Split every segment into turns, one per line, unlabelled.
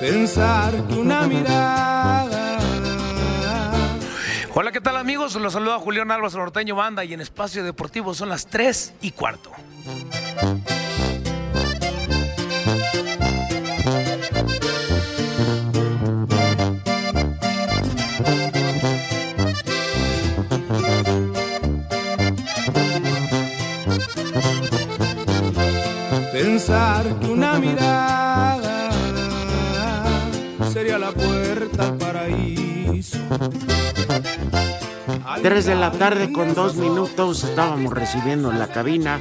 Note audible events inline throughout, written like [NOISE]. Pensar que una mirada.
Hola, ¿qué tal, amigos? Los saluda Julián Álvarez Norteño Banda y en Espacio Deportivo son las 3 y cuarto.
Pensar que una mirada sería la puerta al paraíso.
Tres de la tarde con dos minutos estábamos recibiendo en la cabina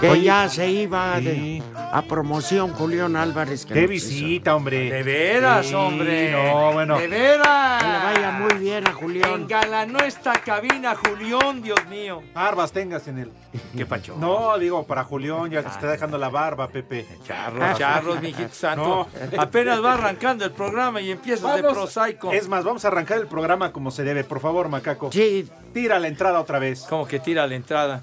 que ya se iba de- a promoción Julián Álvarez. Que
Qué
nos
visita, hombre.
Ah, De veras,
Sí,
hombre.
No, bueno.
De
hizo.
veras.
Que le vaya muy bien a Julián.
Engalanó esta cabina, Julián, Dios mío.
Barbas tengas en él.
Qué pacho.
No, digo, para Julián, ya que se está dejando la barba, Pepe.
Charros, charros, mijito santo. Ah. Apenas va arrancando el programa y empiezas de
Vamos.
prosaico.
Es más, vamos a arrancar el programa como se debe. Por favor, macaco.
Sí,
Tira la entrada otra vez.
Como que tira la entrada.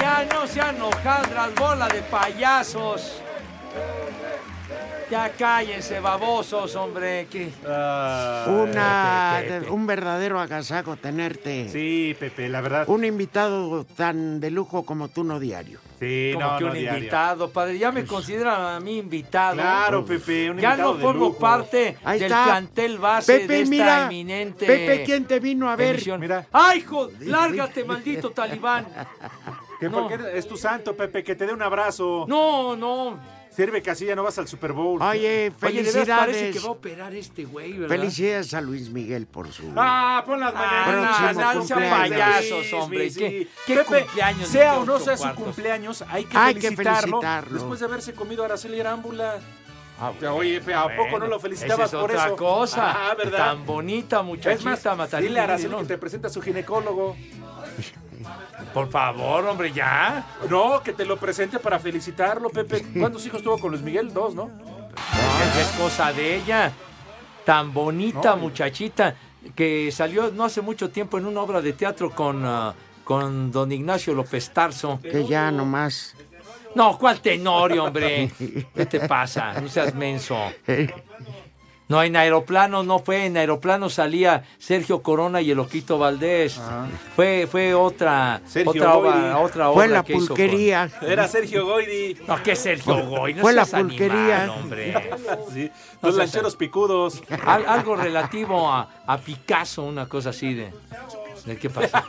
Ya no sean hojaldras, bola de payasos. Ya cállense, babosos, hombre. Que
Ah,
Una, de- un verdadero agasajo tenerte.
Sí, Pepe, la verdad.
Un invitado tan de lujo como tú, no diario.
Sí,
como
no,
que
no,
un
diario.
invitado, padre. Ya me consideran a mí invitado.
Claro, Pepe, un
ya
invitado
no
de
formo
lujo.
parte
Ahí
del
está.
plantel base
Pepe,
de esta
mira,
eminente.
Pepe, ¿quién te vino a ver?
emisión.
Mira.
¡Ay, hijo! ¡Lárgate, maldito talibán!
[LAUGHS]
Que
No.
porque es tu santo, Pepe, que te dé un abrazo.
No, no.
Sirve que así ya no vas al Super Bowl.
Oye,
Oye, de veras parece que
felicidades.
va a operar este güey, ¿verdad?
felicidades a Luis Miguel por su.
Ah, pon las
próximo
Ah, no, no sean
cumpleaños.
payasos, hombre.
Sí,
¿Qué,
sí.
qué
Pepe,
cumpleaños? ni
Sea
qué
o no
ocho
sea su
cuartos.
cumpleaños, hay que,
Hay que
felicitarlo,
felicitarlo.
Después de haberse comido a Araceli Arámbula.
Ah,
Oye, Pepe, ¿a poco no lo
Esa
felicitabas
es
por
otra
eso?
cosa.
Ah, ¿verdad?
Tan bonita muchachita,
es más,
Matalina,
dile a Araceli
¿no?
que te presenta a su ginecólogo.
Por favor, hombre, ya.
No, que te lo presente para felicitarlo, Pepe. ¿Cuántos hijos tuvo con Luis Miguel? Dos, ¿no?
Esa es cosa de ella. Tan bonita muchachita que salió no hace mucho tiempo en una obra de teatro con, ah, con don Ignacio López Tarso.
Que ya nomás.
No, ¿cuál tenorio, hombre? ¿Qué te pasa? No seas menso.
eh,
No, en Aeroplano no fue. En Aeroplano salía Sergio Corona y el Oquito Valdés. Fue, fue otra,
Ah. Sergio
otra
Goyri.
obra, otra
Fue
obra
la
que hizo con-
pulquería.
Era Sergio Goyri.
No, que Sergio Goy, no
fue la
seas animal,
pulquería.
hombre.
Sí, los [LAUGHS] lancheros picudos.
Al- algo relativo a, a Picasso, una cosa así de. ¿De qué pasa?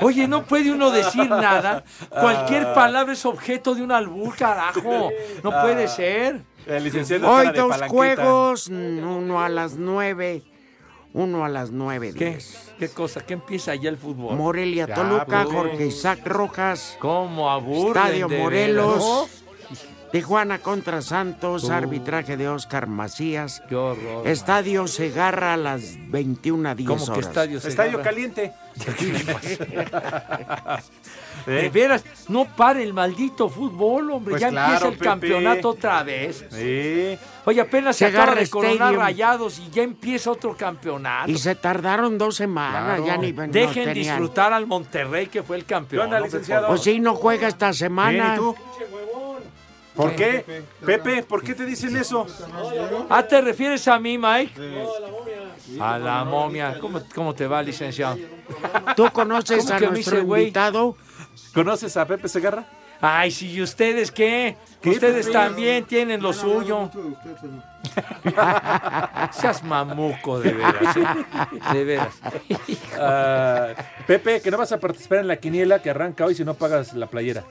Oye, no puede uno decir nada.
Ah.
Cualquier palabra es objeto de un albur, carajo. No
Ah.
puede ser.
El licenciado
Hoy
cara de
dos
palanquita.
juegos, mm, uno a las nueve, uno a las nueve.
¿Qué?
diez.
¿Qué cosa? ¿Qué empieza ya el fútbol?
Morelia,
Ya,
Toluca,
pues.
Jorge Isaac Rojas,
¿Cómo aburre?
Estadio Morelos, Tijuana contra Santos, arbitraje de Oscar Macías,
Qué horror.
Estadio Segarra a las 21.10
¿Cómo
horas.
que estadio se
Estadio
agarra?
caliente.
De [LAUGHS]
¿Eh?
veras, no para el maldito fútbol, hombre.
Pues
ya empieza
claro,
el
Pepe.
campeonato otra vez.
Sí.
Oye, apenas se,
Se
acaba
agarra
de coronar
Stadium.
rayados y ya empieza otro campeonato.
Y se tardaron dos semanas, ya ni no
Dejen
tenían.
disfrutar al Monterrey que fue el campeón.
¿Qué onda,
hombre, por
licenciado?
O
favor.
si no juega esta semana.
Bien, ¿y tú? ¿Por qué? Pepe, ¿por qué te dicen eso?
Ah, ¿te refieres a mí, Mike? A la momia. ¿Cómo, cómo te va, licenciado?
¿Tú conoces
¿Cómo
a
que me
nuestro
dice, güey?
invitado?
¿Conoces a Pepe Segarra?
Ay, sí, ¿y ustedes qué?
Pues,
Ustedes también tienen lo suyo. [LAUGHS] Seas mamuco, de veras. ¿eh? De veras.
Ah, Pepe, que no vas a participar en la quiniela que arranca hoy si no pagas la playera.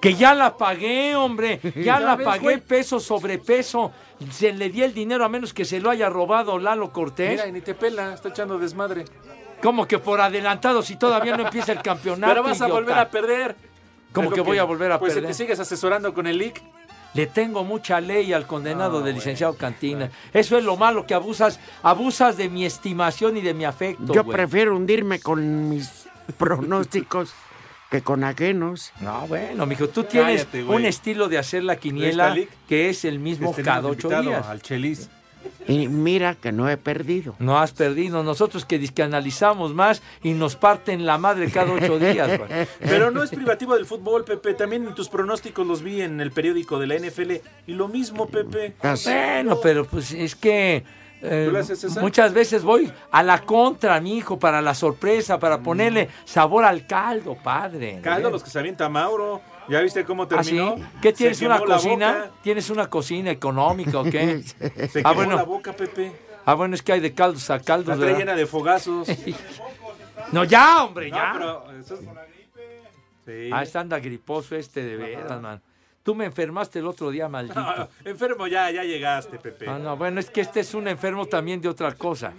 Que ya la pagué, hombre. Ya
Ya
la
ves,
pagué
güey.
peso sobre peso. Se le di el dinero a menos que se lo haya robado Lalo Cortés.
Mira, y ni te pela, está echando desmadre.
Como que por adelantado si todavía no empieza el campeonato.
Pero vas a
idiota.
volver a perder.
¿Cómo
Es lo
que voy a volver a
pues
perder?
Pues te sigues asesorando con el IC.
Le tengo mucha ley al condenado del licenciado Cantina. Eso es lo malo que abusas, abusas de mi estimación y de mi afecto.
Yo
güey.
prefiero hundirme con mis [LAUGHS] pronósticos que con ajenos.
No, bueno, mijo, tú tienes
Cállate, güey.
un estilo de hacer la quiniela
Lic?
que es el mismo
Este,
cada
tenemos
ocho
invitado
días. Eh.
Al Chelis.
Y mira que no he perdido.
No has perdido. Nosotros que disque analizamos más y nos parten la madre cada ocho días. güey.
Pero no es privativo del fútbol, Pepe. También tus pronósticos los vi en el periódico de la NFL. Y lo mismo, Pepe.
Estás-
Bueno, pero pues es que eh,
¿Tú le haces esa?
muchas veces voy a la contra, mi hijo, para la sorpresa, para ponerle sabor al caldo, padre.
Caldo los que se avienta Mauro. ¿Ya viste cómo
¿Ah, sí?
terminó?
¿Qué
Se
tienes?
quemó
¿Una
la
cocina?
boca.
¿Tienes una cocina económica
[LAUGHS]
o qué?
Se
ah,
quemó la
bueno,
boca, Pepe.
ah, bueno, es que hay de caldos a
La
caldos.
trae
¿verdad?
llena de
[LAUGHS]
fogazos.
No, ya, hombre, ya.
No, pero eso es- Sí.
Ah, está anda griposo este de veras, man. Tú me enfermaste el otro día, maldito.
Ah, enfermo, ya, ya llegaste, Pepe.
Ah, no, bueno, es que este es un enfermo también de otra cosa.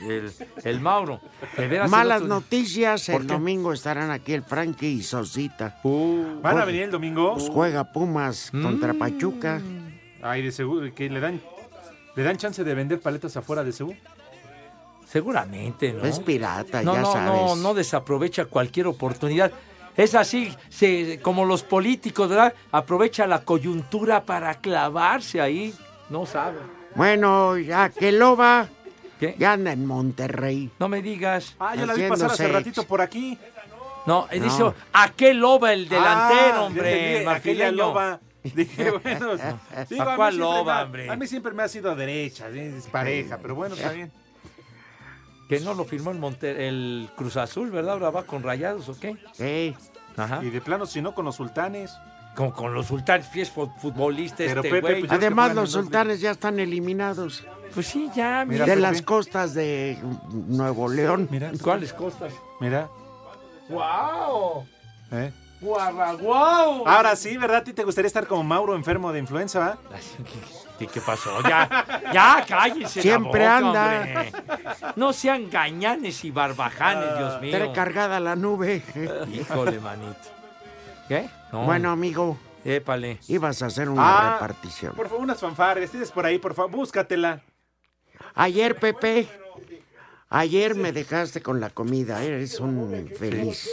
El, el Mauro. De veras, el
Malas
otro día-
noticias,
¿Por
el
qué? Oh.
domingo estarán aquí el Frankie y Sosita.
¿Van a venir el domingo?
Pues juega Pumas contra
Mm.
Pachuca.
Ay, de seguro que le dan le dan chance de vender paletas afuera de Seúl.
Seguramente, ¿no?
Es pirata,
no,
ya
no,
sabes.
no, no desaprovecha cualquier oportunidad. Es así, se, como los políticos, ¿verdad? Aprovecha la coyuntura para clavarse ahí. No sabe.
Bueno, ya que Loba
¿Qué?
ya anda en Monterrey.
No me digas.
Ah, yo la vi pasar hace
Haciéndose-
ratito por aquí.
No, eh, dice,
No.
¿a qué loba el delantero,
Ah, yo entendí,
hombre?
aquella
marfileño?
loba. Dije, [LAUGHS]
[LAUGHS]
bueno, digo,
¿A
mí
cuál
siempre
loba,
me ha-
hombre?
A mí siempre me ha sido derecha, es pareja, pero bueno, está bien.
Que no lo firmó el, Monte- el Cruz Azul, ¿verdad? Ahora va con rayados, ¿o qué?
Sí.
Ajá.
Y de plano, si no, con los sultanes.
Con, con los sultanes, pies futbolista
Pero,
este
Pepe,
güey.
pues, ya-
Además,
juegan en
los
dos
sultanes ya están eliminados
Pues sí, ya, mira.
Mira,
de
Pepe.
las costas de Nuevo León.
Mira,
¿Cuáles costas?
mira.
¡Guau!
¿eh?
¡Guarraguau!
Ahora sí, ¿verdad? ¿A ti te gustaría estar como Mauro enfermo de influenza? va?
¿Y qué pasó? Ya, ya, cállense. la
Siempre
boca,
anda.
hombre. No sean gañanes y barbajanes,
Ah,
Dios
Trae
mío.
cargada la nube.
Híjole, manito. ¿Qué? No.
Bueno, amigo,
Épale.
ibas a hacer una
Ah,
repartición.
Por favor, unas fanfarrias. Tienes por ahí, por favor. Búscatela.
Ayer, Pepe, ayer me dejaste con la comida. ¿eh? Eres un infeliz.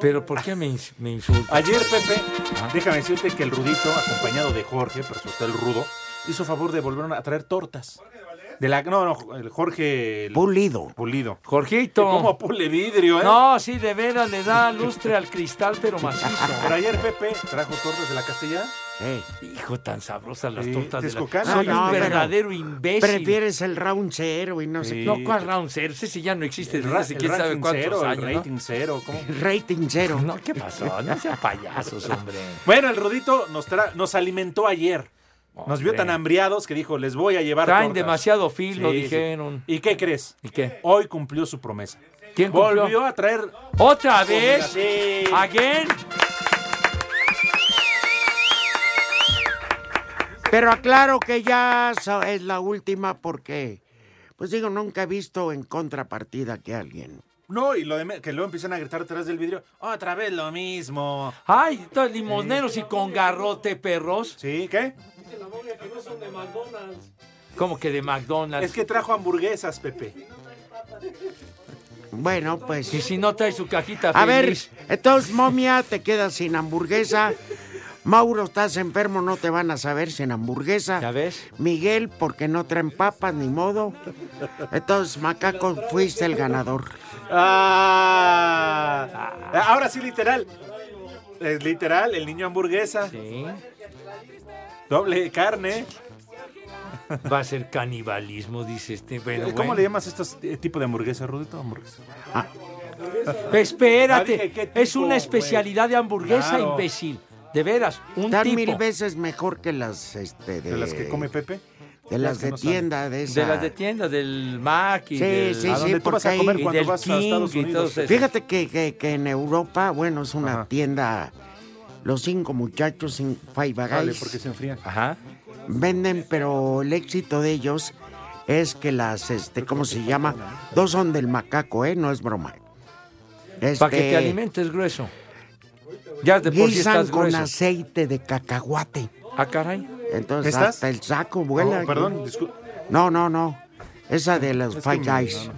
Pero ¿por qué me, ins- me insultas?
Ayer, Pepe, déjame decirte que el Rudito, acompañado de Jorge, pero sobre todo el Rudo, hizo favor de volver a traer tortas. De la, no, no, el Jorge el
Pulido.
Pulido. Que
Jorgito.
¿Cómo pule vidrio, eh?
No, sí, de veras le da lustre al cristal, pero macizo.
Pero ayer Pepe trajo tortas de la Castilla.
Sí.
Hijo, tan sabrosas las
Sí,
tortas de la...
Texcocanas.
Soy
No,
un
no, pero
verdadero imbécil.
Prefieres el round cero y no sé
Sí.
No, ¿cuál round cero? Ese ya no existe desde
ra-
hace quién sabe
ranking
cuántos
cero, el
años, ¿no?
rating cero. ¿cómo?
qué. Rating cero.
No, ¿qué pasó? No sean payasos, hombre.
Bueno, el Rudito nos, tra- nos alimentó ayer. Nos vio tan hambriados que dijo, les voy a llevar
Oh, Traen
tortas".
demasiado filo,
Sí, sí.
dijeron.
¿Y qué crees?
¿Y qué?
Hoy cumplió su promesa.
¿Quién cumplió?
Volvió a traer...
¿Otra vez?
Sí.
¿Again?
Pero aclaro que ya so- es la última porque, pues digo, nunca he visto en contrapartida que alguien.
No, y lo de me- que luego empiezan a gritar detrás del vidrio, otra vez lo mismo.
Ay, estos limoneros y con garrote, perros.
¿Sí? ¿Qué?
Como que de McDonald's.
Es que trajo hamburguesas, Pepe.
Bueno, pues.
Y si no trae su cajita
A ver,
feliz.
entonces, momia, te quedas sin hamburguesa. Mauro, estás enfermo, no te van a saber sin hamburguesa.
¿Ya ves?
Miguel, porque no traen papas, ni modo. Entonces, macaco, fuiste el ganador.
Ah, ahora sí, literal. Es literal, el niño hamburguesa,
Sí.
doble carne.
Va a ser canibalismo, dice este. Bueno,
¿Cómo
bueno.
le llamas a estos eh, tipo de hamburguesa, Rudito? Hamburguesa. Ah,
Espérate,
dije, ¿qué tipo,
es una especialidad de hamburguesa,
Claro.
imbécil. De veras, un
Están
tipo.
mil veces mejor que las, este, de,
¿De las que come Pepe?
de las
que
de
no saben.
tienda, de esa.
De las de tienda, del Mac y
Sí,
del...
sí,
¿A
sí,
dónde tú
porque
vas a
ahí-
comer
y
cuando
del
vas a
King
Estados
y
Unidos?
todos esos.
Fíjate que, que- que en Europa, bueno, es una
Ajá.
tienda. Los cinco muchachos, cin- Five
Dale,
Guys,
porque se enfrían.
Ajá.
venden, pero el éxito de ellos es que las, este, ¿cómo se llama? Dos son del macaco, ¿eh? No es broma.
Para que
Este,
te alimentes grueso. Ya de por sí
Guisan
estás
con
grueso.
aceite de cacahuate.
Ah, caray.
Entonces
¿Estas?
hasta el saco vuela.
Oh,
No, Oh, perdón, disculpa.
No, no, no. Esa de los Five Guys.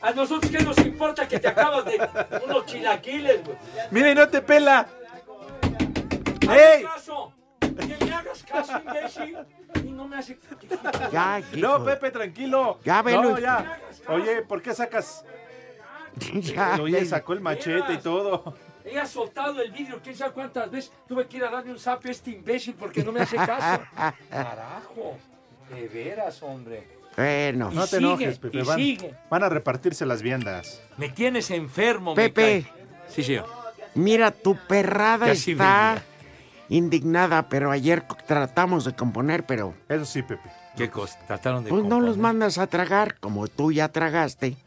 A nosotros qué nos importa que te acabas de unos chilaquiles, güey.
¡Mire, no te pela! ¡Ey!
caso! ¡Que me hagas caso, imbécil! Y no me hace...
Ya,
No,
hijo.
Pepe, tranquilo.
Ya, velo.
No, ya. Oye, ¿por qué sacas?
[LAUGHS] Ya,
Oye, sacó el machete y todo.
He azotado el vidrio, quién sabe cuántas veces. Tuve que ir a darle un sape a este imbécil porque no me hace caso. Carajo. De veras, hombre.
Bueno.
No te
sigue,
enojes, Pepe.
y
Van,
sigue.
van a repartirse las viandas.
Me tienes enfermo,
Pepe.
me cae. Sí, señor.
Mira, tu perrada
Casi
está
venía.
indignada, pero ayer c- tratamos de componer, pero
Eso sí, Pepe.
¿Qué cosa? Trataron de.
pues no los
componer.
mandas a tragar, como tú ya tragaste,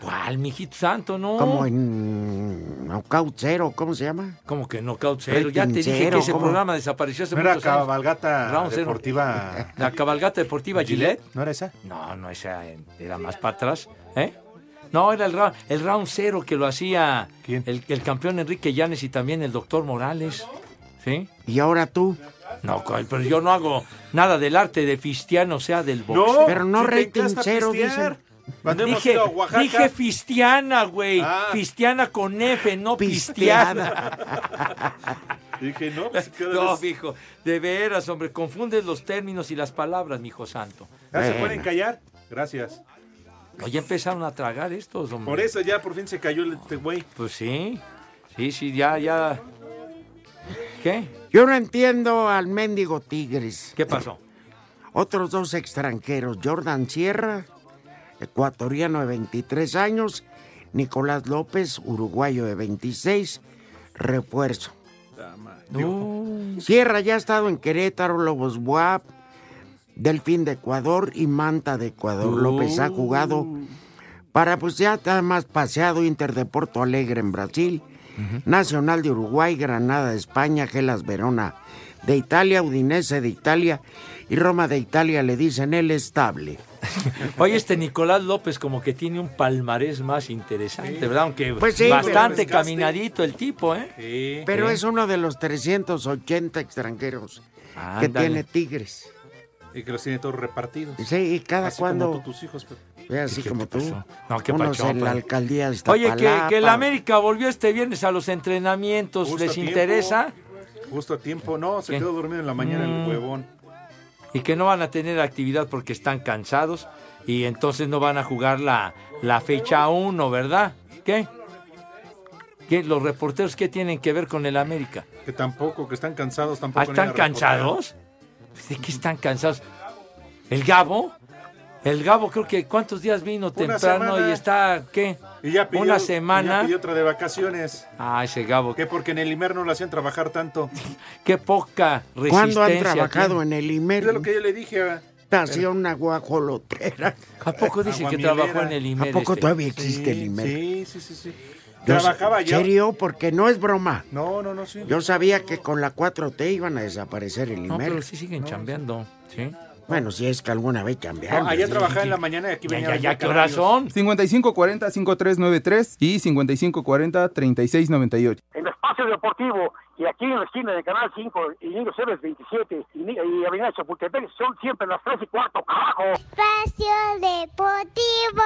¿Cuál, mijito santo? No.
como en Cauchero, ¿cómo se llama?
Como que no, cauchero. Ya te dije que
Retinchero,
ese
¿cómo?
programa desapareció hace
¿No era
muchos años.
cabalgata
Pues Vamos a hacer un-
deportiva
[LAUGHS] La cabalgata deportiva Gillette.
¿No era esa?
No, no, esa eh, era más para atrás. ¿eh? No, era el round, el round cero que lo hacía
¿Quién?
El, el campeón Enrique Llanes y también el doctor Morales. ¿Sí?
Y ahora tú,
No, co- pero yo no hago nada del arte de fistiano, o sea, del boxeo.
Pero no
si te inclinaste a
retinchero,
pistear. Cuando hemos
Dije,
ido a Oaxaca.
dije fistiana, güey.
Ah.
Fistiana con F, no pistiana.
pisteada.
Dije, no, pues cada
[LAUGHS] No,
vez-
mijo, de veras, hombre, confundes los términos y las palabras, mijo santo.
¿Ya se
Bueno.
pueden callar? Gracias.
No, ya empezaron a tragar estos, hombre.
Por eso ya por fin se cayó el este güey.
Pues sí, sí, sí, ya, ya. ¿Qué?
Yo no entiendo al mendigo Tigres.
¿Qué pasó?
Otros dos extranjeros, Jordan Sierra, ecuatoriano de 23 años, Nicolás López, uruguayo de 26, refuerzo. Sierra ya ha estado en Querétaro, Lobos Buap, Delfín de Ecuador y Manta de Ecuador. López ha jugado
Oh.
para, pues ya está más paseado, Inter de Porto Alegre en Brasil, Nacional de Uruguay, Granada de España, Gelas Verona de Italia, Udinese de Italia y Roma de Italia le dicen el estable.
Oye, este Nicolás López como que tiene un palmarés más interesante, ¿verdad? Aunque
Pues sí,
bastante
pero-
caminadito el tipo, ¿eh?
Pero
Sí.
es uno de los 380 extranjeros que
Ándale.
tiene Tigres.
Y que los tiene todos repartidos.
Sí, y cada
Así
cuando...
como tú, tus hijos. Pepe.
Ve así
¿Qué
como
te
tú.
pasó? No, qué
Unos
pachón,
en la
pero-
alcaldía de
Oye, que,
Iztapalapa.
que el América volvió este viernes a los entrenamientos,
Justo a
Pues, ¿les
tiempo.
interesa?
Justo a tiempo. No, se
¿Qué? Mm.
quedó dormido en la mañana el huevón.
Y que no van a tener actividad porque están cansados y entonces no van a jugar la, la fecha 1, ¿verdad? ¿Qué? ¿Qué? ¿Los reporteros qué tienen que ver con el América?
Que tampoco, que están cansados tampoco.
Ah,
no
¿Están
era reportero.
cansados? ¿De qué están cansados? ¿El Gabo? El Gabo creo que cuántos días vino temprano
semana.
y está, ¿qué?
Y ya pidió,
Una
y
semana.
ya pidió otra de vacaciones.
Ah, ese Gabo, qué,
Que porque en el Imer no lo hacían trabajar
[LAUGHS]
tanto.
poca resistencia.
¿Cuándo han
tiene.
trabajado en el
Es lo
Imer?
que yo le dije. a-
Estación una guajolotera.
¿A poco dice que
Aguamilera.
trabajó en el
¿A
IMER?
poco
este?
todavía existe el Imer?
Sí, sí, sí, sí.
Yo-
Trabajaba
¿En
ya.
serio? Porque no es broma.
No, no, no, sí.
Yo sabía que con la 4T iban a desaparecer el
No,
Imer.
pero sí siguen chambeando. ¿sí?
Bueno, si es que alguna vez cambiaron.
No, allá trabajaba en la mañana y aquí
Ya,
venía.
ya,
los
ya, ¿qué horas
canarios.
son?
5540-5393 y 5540-3698.
en Espacio Deportivo y aquí en la esquina de Canal 5 y Niño Ceres 27 y, Ni- y Avenida Chapultepec son siempre las 3 y cuarto, carajo.
Espacio Deportivo.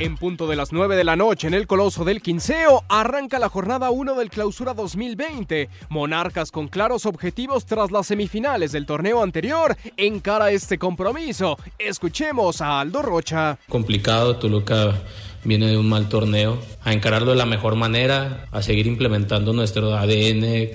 En punto de las 9 de la noche, en el Coloso del Quinceo, arranca la jornada 1 del Clausura 2020. Monarcas con claros objetivos tras las semifinales del torneo anterior encara este compromiso. Escuchemos a Aldo Rocha.
Complicado, Toluca viene de un mal torneo. A encararlo de la mejor manera, a seguir implementando nuestro ADN,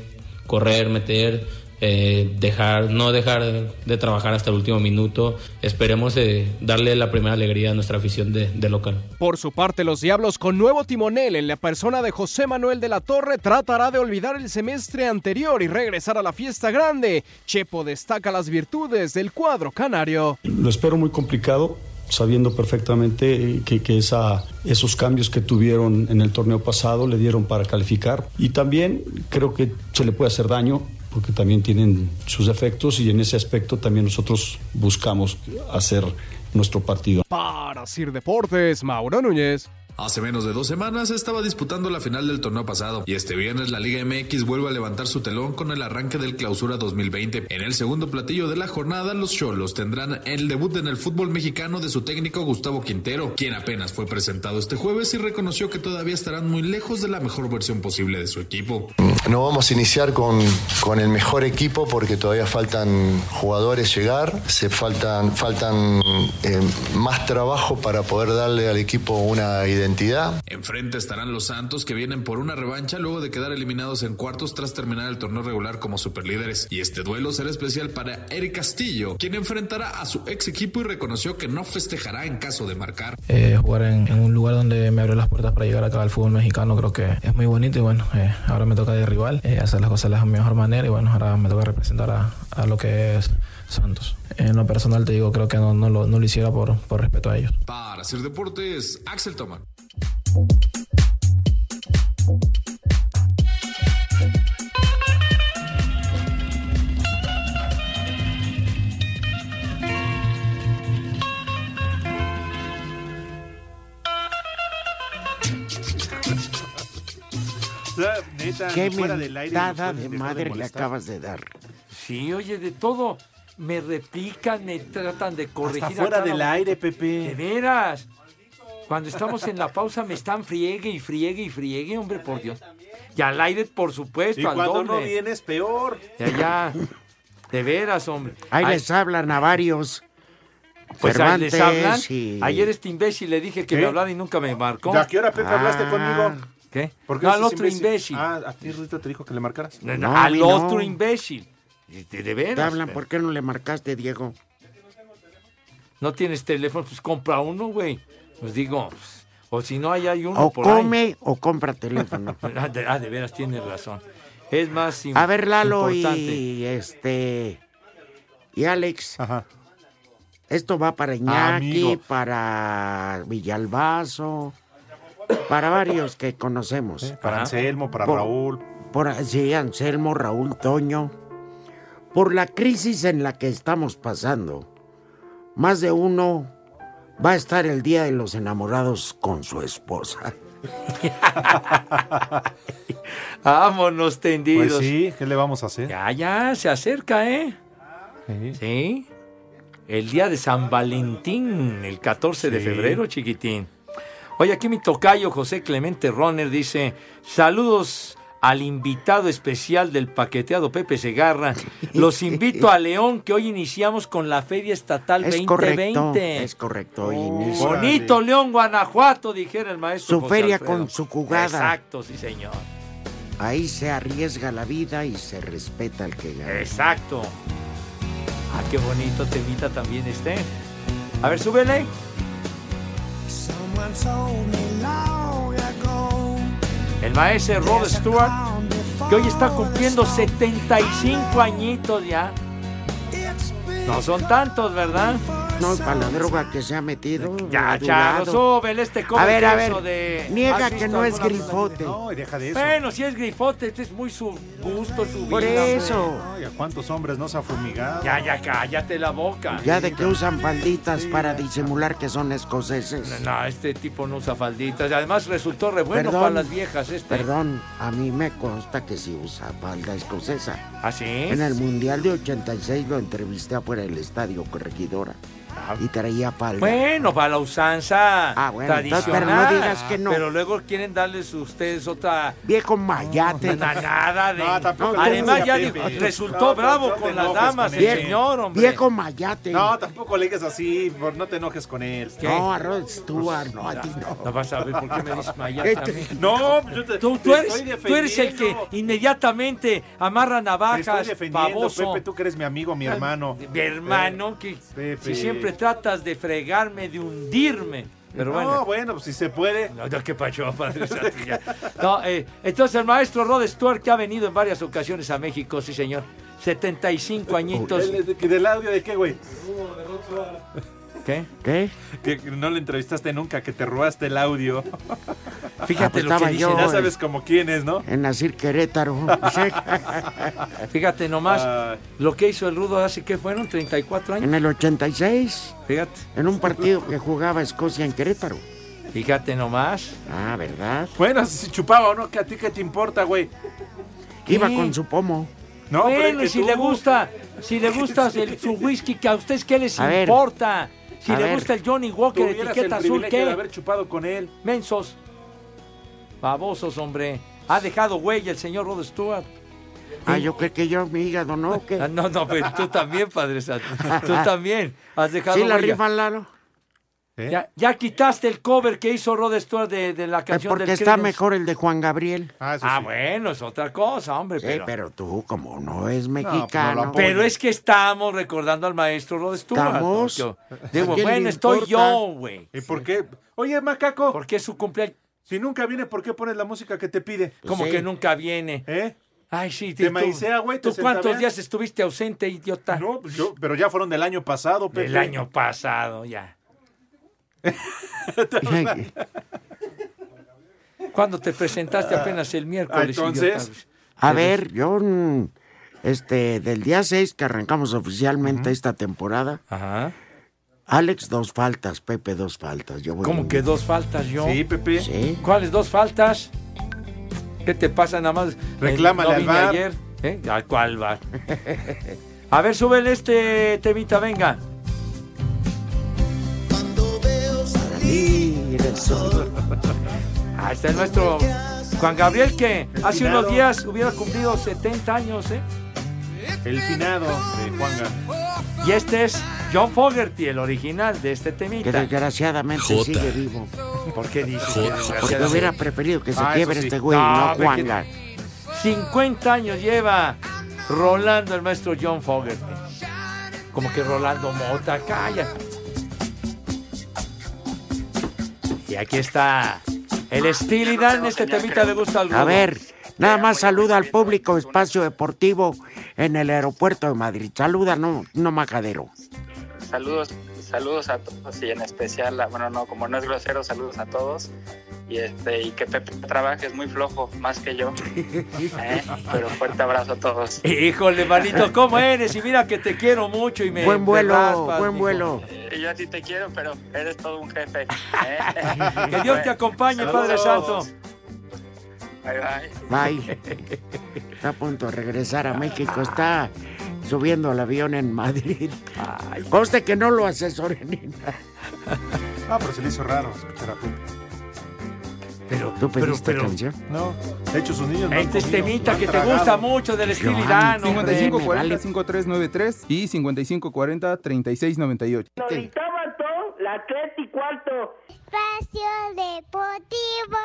correr, meter, eh, dejar, no dejar de trabajar hasta el último minuto. Esperemos eh, darle la primera alegría a nuestra afición de- de local.
Por su parte, los Diablos con nuevo timonel en la persona de José Manuel de la Torre tratará de olvidar el semestre anterior y regresar a la fiesta grande. Chepo destaca las virtudes del cuadro canario.
Lo espero muy complicado, sabiendo perfectamente eh, que, que esa, esos cambios que tuvieron en el torneo pasado le dieron para calificar. Y también creo que se le puede hacer daño porque también tienen sus efectos y en ese aspecto también nosotros buscamos hacer nuestro partido.
Para Sir Deportes, Mauro Núñez.
Hace menos de dos semanas estaba disputando la final del torneo pasado y este viernes la Liga MX vuelve a levantar su telón con el arranque del clausura 2020. En el segundo platillo de la jornada, los Cholos tendrán el debut en el fútbol mexicano de su técnico Gustavo Quintero, quien apenas fue presentado este jueves y reconoció que todavía estarán muy lejos de la mejor versión posible de su equipo.
No vamos a iniciar con, con el mejor equipo porque todavía faltan jugadores llegar, se faltan, faltan eh, más trabajo para poder darle al equipo una identidad.
Enfrente estarán los Santos que vienen por una revancha luego de quedar eliminados en cuartos tras terminar el torneo regular como superlíderes. Y este duelo será especial para Eric Castillo, quien enfrentará a su ex equipo y reconoció que no festejará en caso de marcar. eh, jugar en, un lugar donde me abrió las puertas para llegar acá al fútbol mexicano creo que es muy bonito y bueno, eh, ahora me toca de rival, eh, hacer las cosas de la mejor manera y bueno, ahora me toca representar a, lo que es Santos. En lo personal te digo, creo que no, lo, hiciera por, por respeto a ellos. Para hacer deportes, Axel Toman.
La neta,
Qué
fuera del aire.
mentada
nos
de
dejó
madre le
molestar.
acabas de dar.
Sí, oye, de todo. Me replican, me tratan de corregir.
Hasta
a
fuera
cada
del
momento.
aire,
De
Pepe.
veras. Cuando estamos en la pausa me están friegue y friegue y friegue, hombre, por Dios. Y al aire, por supuesto,
Y
al
cuando no
doble.
vienes, peor.
Ya, ya. De veras, hombre.
Ahí
Ay,
les hablan a varios.
pues ahí les
Cervantes
hablan.
y-
Ayer este imbécil le dije que
¿Qué?
me hablara y nunca me marcó.
¿De ¿A qué hora, Pepe, hablaste
Ah.
conmigo?
¿Qué?
¿Por qué
No,
eres
al otro imbécil.
Ah, a ti, Rudito, te dijo que le marcaras.
No,
No, a
al
mí no.
otro imbécil. De, de veras.
Te hablan, ¿por qué no le marcaste, Diego?
No tienes teléfono, pues compra uno, güey. Pues digo, pues, o si no, ahí hay uno
O
por ahí.
come o compra teléfono.
Ah, de, ah, de veras, tienes razón. Es más [LAUGHS] im-
A ver, Lalo
importante.
y este. Y Alex,
Ajá.
esto va para Iñaki,
Amigo.
para Villalbazo, para varios que conocemos.
Para
Ajá.
Anselmo, para
Por-
Raúl.
Por sí, Anselmo, Raúl, Toño. Por la crisis en la que estamos pasando, más de uno va a estar el día de los enamorados con su esposa.
Vámonos
Pues
tendidos.
sí, ¿qué le vamos a hacer?
Ya, ya, se acerca, ¿eh?
Sí.
Sí. El día de San Valentín, el 14 de
Sí.
febrero, chiquitín. Oye, aquí mi tocayo José Clemente Roner dice, saludos al invitado especial del paqueteado Pepe
[LAUGHS]
Segarra. Los invito a León, que hoy iniciamos con la Feria Estatal
Es
2020.
correcto, es correcto. hoy
Oh.
inicia.
Bonito León, Guanajuato, dijera el maestro.
Su
José
feria
Alfredo.
con su jugada.
Exacto, sí, señor.
Ahí se arriesga la vida y se respeta al que gana.
Exacto. Ah, qué bonito temita también este. A ver, súbele.
Someone told me long ago.
El maestro Rod Stewart, que hoy está cumpliendo 75 añitos ya. No son tantos, ¿verdad?
No, para la droga que se ha metido.
Ya, Charo, súbele este cover
A ver, a ver.
verso de- ¿Has
Niega
visto
que no es
alguna cosa
grifote.
No, y deja de eso.
Bueno, si es grifote, este es muy su gusto, su
Por
vida, hombre.
eso.
Ay, ¿a cuántos hombres nos ha fumigado?
Ya, ya, cállate la boca.
Ya de que usan falditas para disimular que son escoceses.
No, este tipo no usa falditas. Además, resultó re bueno
Perdón.
para las viejas este.
Perdón, a mí me consta que sí usa falda escocesa.
¿Ah, sí?
En el Mundial de 86 lo entrevisté afuera del estadio Corregidora y traía falda.
Ah. Bueno, para la usanza
Ah, bueno, entonces,
tradicional.
pero no digas que no.
Pero luego quieren darles ustedes otra
Viejo mayate.
na- nada de.
No, tampoco le
Además,
digas
ya
a
dijo,
Pepe.
resultó
No,
bravo
no te
con las
enojes
damas,
con
el
él.
señor, hombre.
Viejo mayate.
No, tampoco le digas así, por- no te enojes con él.
¿Qué?
No, a Rod Stewart, no, a ti no.
No vas a ver por qué me dices mayate.
Este-
a mí.
No, yo te,
Tú,
te
tú eres,
estoy
tú eres el que
defendiendo.
inmediatamente amarra
Te estoy
navajas,
defendiendo,
baboso.
Pepe, tú que eres mi amigo, mi hermano.
Mi hermano, que
Pepe.
si siempre tratas de fregarme, de hundirme. Pero bueno.
No, bueno, pues si se puede.
No, no, qué pacho, padre santo, ya. No, eh, entonces el maestro Rod Stewart, que ha venido en varias ocasiones a México, sí señor, 75 añitos.
¿El- el- el- ¿Del audio de qué, güey?
¿Qué?
Ah,
¿Qué?
Que no le entrevistaste nunca, que te robaste el audio.
Ah,
Fíjate
pues
lo que
estaba
dice,
yo,
Ya
¿no?
sabes como quién es, ¿no?
En Nacir Querétaro.
[LAUGHS] Fíjate nomás
Ah.
lo que hizo el Rudo hace que fueron 34 años.
en el 86,
Fíjate,
en un partido que jugaba Escocia en Querétaro.
fíjate nomás.
Ah, ¿verdad?
Bueno, si chupaba o no, que a ti qué te importa, güey.
Iba
¿Qué?
con su pomo.
No, pero
bueno,
es que
y si
tú-
le gusta, si
[LAUGHS]
le gusta el- su whisky, que a ustedes qué les
A ver.
importa. si
A
le
ver.
gusta el Johnny Walker,
Tuvieras el
etiqueta azul,
privilegio
¿qué?
de haber chupado con él.
Mensos. Babosos, hombre. Ha dejado huella el señor Rod Stewart.
Ah, yo creo que yo, mi hígado, ¿no?
Ah,
¿Qué?
No, no, pero tú también, Padre Santo. [LAUGHS] Tú también. Has dejado
¿Sí la
huella. ¿Eh?
rifan, Lalo?
Ya, ya quitaste el cover que hizo Rod Stewart de, de la
Eh,
canción
Porque
del
está
Creedence.
mejor el de Juan Gabriel.
Ah, eso
Ah,
sí.
bueno, es otra cosa, hombre.
Sí,
pero, pues pero,
pero tú, como no es
lo
mexicano.
apoyo.
[LAUGHS]
Pero
es que estamos recordando al maestro Rod Stewart. ¿no?
Estamos.
Yo-
¿A
digo,
quién le
bueno, estoy
importa?
yo, güey.
¿Y por qué? Oye, macaco,
Porque es su cumpleaños.
si nunca viene, ¿por qué pones la música que te pide?
Como
Pues sí.
que nunca viene.
¿Eh?
Ay, sí.
Te
tú-
maicea, güey, te
¿Tú cuántos
centavea.
días estuviste ausente, idiota?
No, pues yo, pero ya fueron del año pasado,
pues
Pepe.
El Ah. año pasado, ya. Cuando te presentaste apenas el miércoles.
Ah, entonces.
idiota.
A ver, yo. mm, Este, del día 6 que arrancamos oficialmente esta temporada,
Ajá.
Alex dos faltas, Pepe dos faltas. Yo voy
Pues, ¿Cómo
en-
que dos faltas yo?
Sí, Pepe.
Sí.
¿Cuáles dos faltas? ¿Qué te pasa nada más?
Reclámale
Eh,
al
vine
VAR.
ayer, ¿eh? ¿A cuál bar? [LAUGHS] A ver, súbele este temita, venga.
Salir el sol.
Ah, está el nuestro Juan Gabriel que hace
Finado.
unos días hubiera cumplido 70 años, ¿eh?
El finado de Juanga.
Y este es John Fogerty, el original de este
Que
temita.
desgraciadamente
Jota.
sigue vivo.
¿Por qué dice?
Porque
Desgraciadamente.
hubiera preferido que se
Ah, eso
quiebre
sí.
este güey,
No,
no,
hombre,
Juan.
que- 50 años lleva rolando el maestro John Fogerty. Como que Rolando Mota, calla. Y aquí está el Steely Dan, este temita le gusta al
A
Rudo.
ver, nada más saluda al público Espacio Deportivo en el aeropuerto de Madrid. Saluda, no, no majadero.
Saludos, saludos a todos y en especial, a- bueno, no, como no es grosero, saludos a todos. Y, este, y que Pepe trabaje, es muy flojo, más que yo. ¿eh? Pero fuerte abrazo a todos.
Híjole, manito, ¿cómo eres? Y mira que te quiero mucho y me.
buen
me
vuelo,
raspas,
buen
mijo.
vuelo.
Eh, yo a ti te quiero, pero eres todo un
[LAUGHS]
jefe. ¿eh?
Que Dios te acompañe, Padre Santo.
Saludos. Bye, bye.
[LAUGHS]
Bye. Está a punto de regresar a México. Está subiendo el avión en Madrid. Conste que no lo asesoren. ni nada.
Ah, pero se le hizo raro escuchar a Pepe.
Pero,
¿Tú
pero,
pediste
pero.
canción?
No, de hecho, sus niños no han
Este es
comido, no
temita
han
que te
tragado.
gusta mucho del Steely
Yo,
Dan, hombre.
55, 40,
5540-5393 y 5540-3698.
la tres y cuarto. Espacio Deportivo.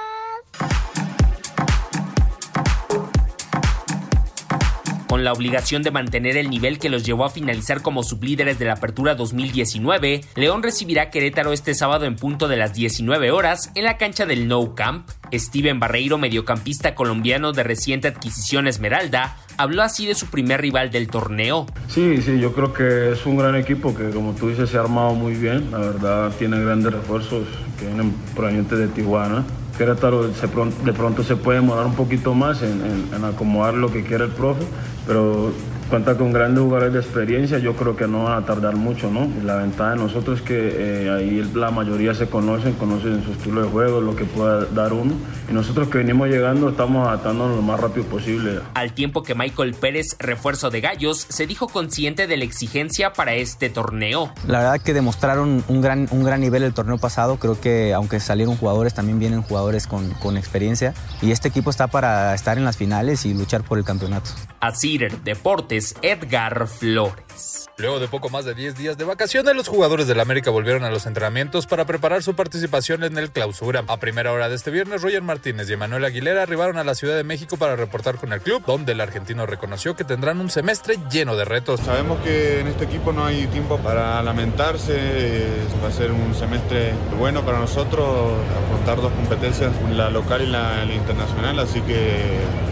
con la obligación de mantener el nivel que los llevó a finalizar como sublíderes de la Apertura 2019. León recibirá a Querétaro este sábado en punto de las 19 horas en la cancha del No Camp. Steven Barreiro, mediocampista colombiano de reciente adquisición Esmeralda, habló así de su primer rival del torneo.
Sí, sí, yo creo que es un gran equipo que como tú dices se ha armado muy bien, la verdad tiene grandes refuerzos que vienen provenientes de Tijuana. Querétaro se pron- de pronto se puede demorar un poquito más en, en- en acomodar lo que quiere el profe, pero cuenta con grandes jugadores de experiencia, yo creo que no van a tardar mucho, ¿no? Y La ventaja de nosotros es que eh, ahí el- la mayoría se conocen, conocen su estilo de juego, lo que pueda dar uno, y nosotros que venimos llegando estamos adaptándonos lo más rápido posible.
Al tiempo que Michael Pérez, refuerzo de Gallos, se dijo consciente de la exigencia para este torneo.
La verdad que demostraron un gran, un gran nivel el torneo pasado. Creo que aunque salieron jugadores, también vienen jugadores con, con experiencia. Y este equipo está para estar en las finales y luchar por el campeonato.
A Cider Deportes, Edgar Flores.
Luego de poco más de 10 días de vacaciones, los jugadores del América volvieron a los entrenamientos para preparar su participación en el clausura. A primera hora de este viernes, Roger Martínez y Emanuel Aguilera arribaron a la Ciudad de México para reportar con el club, donde el argentino reconoció que tendrán un semestre lleno de retos.
Sabemos que en este equipo no hay tiempo para lamentarse, eh, va a ser un semestre bueno para nosotros, afrontar dos competencias, la local y la, la internacional, así que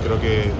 creo que eh,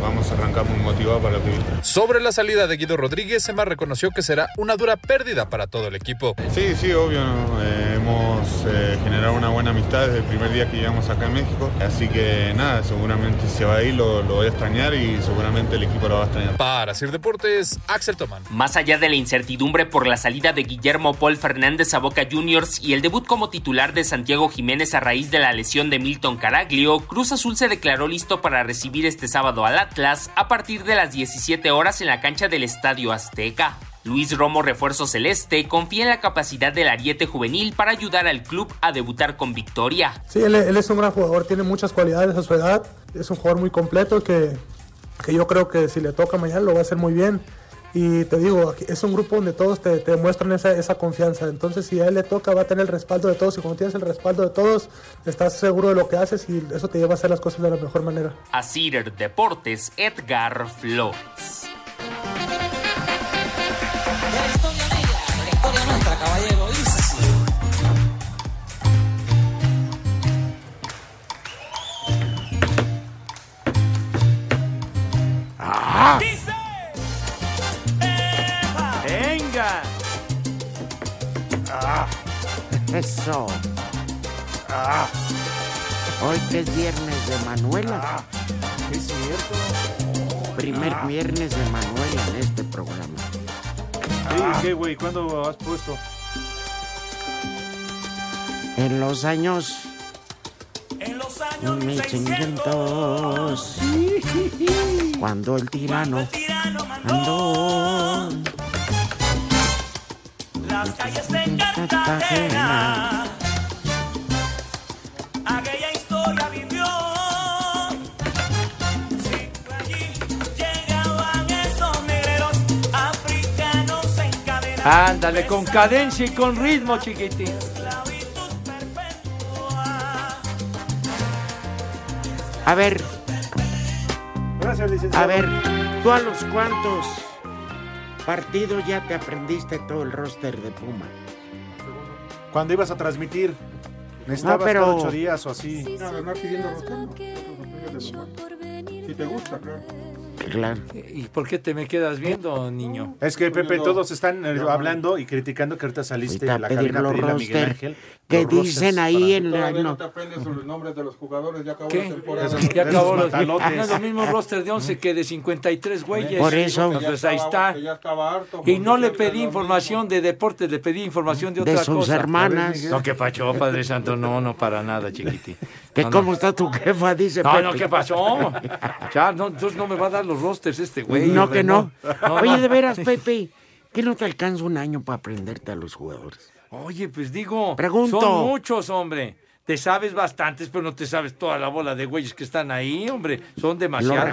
vamos a arrancar muy motivados para lo que viene.
Sobre la salida de Guido Rodríguez, Emma reconoció que será una dura pérdida para todo el equipo.
Sí, sí, obvio, ¿no? Eh, hemos eh, generado una buena amistad desde el primer día que llegamos acá en México, así que nada, seguramente se va a ir, lo, lo voy a extrañar y seguramente el equipo lo va a extrañar.
Para Sir Deportes, Axel Tomán.
Más allá de la incertidumbre por la salida de Guillermo Paul Fernández a Boca Juniors y el debut como titular de Santiago Jiménez a raíz de la lesión de Milton Caraglio, Cruz Azul se declaró listo para recibir este sábado al Atlas a partir de las 17 horas en la cancha del Estadio Azteca. Luis Romo Refuerzo Celeste confía en la capacidad del ariete juvenil para ayudar al club a debutar con victoria.
Sí, él, él es un gran jugador, tiene muchas cualidades a su edad, es un jugador muy completo que, que yo creo que si le toca mañana lo va a hacer muy bien. Y te digo, aquí- es un grupo donde todos te, te muestran esa, esa confianza, entonces si a él le toca va a tener el respaldo de todos y cuando tienes el respaldo de todos estás seguro de lo que haces y eso te lleva a hacer las cosas de la mejor manera.
A Cider Deportes, Edgar Flores.
Ah.
¡Venga!
Ah. Eso. Ah. Hoy que es viernes de Manuela.
Ah, Es cierto.
Primer
Ah.
viernes de Manuela en este programa.
Ey, ¿Qué, güey? ¿Cuándo has puesto?
En los años. En 1500. Cuando el tirano. Andó.
Las calles de Cartagena. Aquella historia vivió. Si fue allí llegaban esos negreros africanos en cadena.
Ándale, con cadencia y con ritmo, chiquitín.
A ver,
Gracias, licenciado.
a ver. ¿Tú a los cuantos partidos ya te aprendiste todo el roster de Puma?
Cuando ibas a transmitir, necesitabas
No, pero-
cada ocho días o así.
Nada más pidiendo Si te gusta, claro.
Claro.
Eh, ¿Y por qué te me quedas viendo, niño?
Es que, Pepe, todos están eh, hablando y criticando que ahorita saliste
Ahorita
de la
pedir
cabina a
los
pedirle a Miguel
roster
Ángel.
que
los rosters
dicen ahí
para-
en la.
Todavía no
no.
te aprendes los nombres de los jugadores, ya acabó
¿Qué?
la temporada.
Ya acabó los Ah, No
matalotes.
es lo mismo roster de 11 que de 53 güeyes.
Por eso.
Entonces
Ya
Pues ahí
estaba-
está.
que ya estaba harto,
Y no le pedí información de deportes, le pedí información de
De
otra
sus
cosa.
hermanas.
No, que pacho, Padre Santo, no, no para nada, chiquitín.
Que
No, no.
cómo está tu jefa, dice
No,
Pepe.
no, ¿qué
[LAUGHS]
pasó? Ya, no, entonces no me va a dar los rosters este güey.
no,
hombre,
que no.
No,
Oye,
no.
de veras, Pepe, ¿qué no te alcanza un año para aprenderte a los jugadores?
Oye, pues digo,
Pregunto.
son muchos, hombre. Te sabes bastantes, pero no te sabes toda la bola de güeyes que están ahí, hombre. Son demasiados.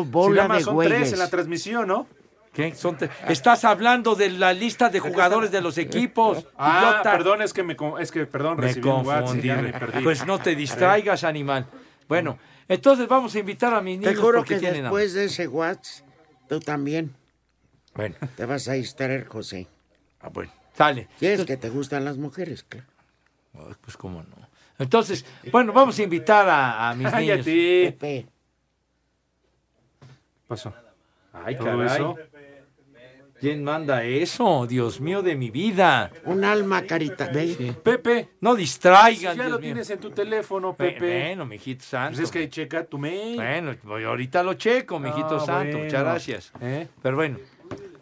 Ah, Pepe,
bola
nada más
de
son
güeyes.
tres en la transmisión, ¿no? ¿Qué? Son tres. Estás hablando de la lista de jugadores de los equipos.
Ah,
idiota.
perdón, es que me con- es que perdón,
Me
recibí un WhatsApp y
confundí.
ya me perdí.
Pues no te distraigas, animal. Bueno, entonces vamos a invitar a mis
Te
niños
juro
porque
que
tienen hambre.
después de ese WhatsApp Tú también.
Bueno.
Te vas a distraer, José.
Ah, bueno. Sale.
Si es que te gustan las mujeres, claro.
Ay, pues cómo no. Entonces, bueno, vamos a invitar a, a mis niños.
Cállate.
Pepe.
Pasó. Ay,
¿Todo eso? ¿Quién manda eso? Dios mío de mi vida.
Un alma carita.
Pepe, no distraigan.
ya lo
Dios mío.
tienes en tu teléfono,
Pe-
Pepe.
Bueno, mijito santo.
Pues es que checa tu mail.
Bueno, voy- ahorita lo checo, mijito
Ah,
santo.
bueno.
Muchas gracias.
¿Eh?
Pero bueno,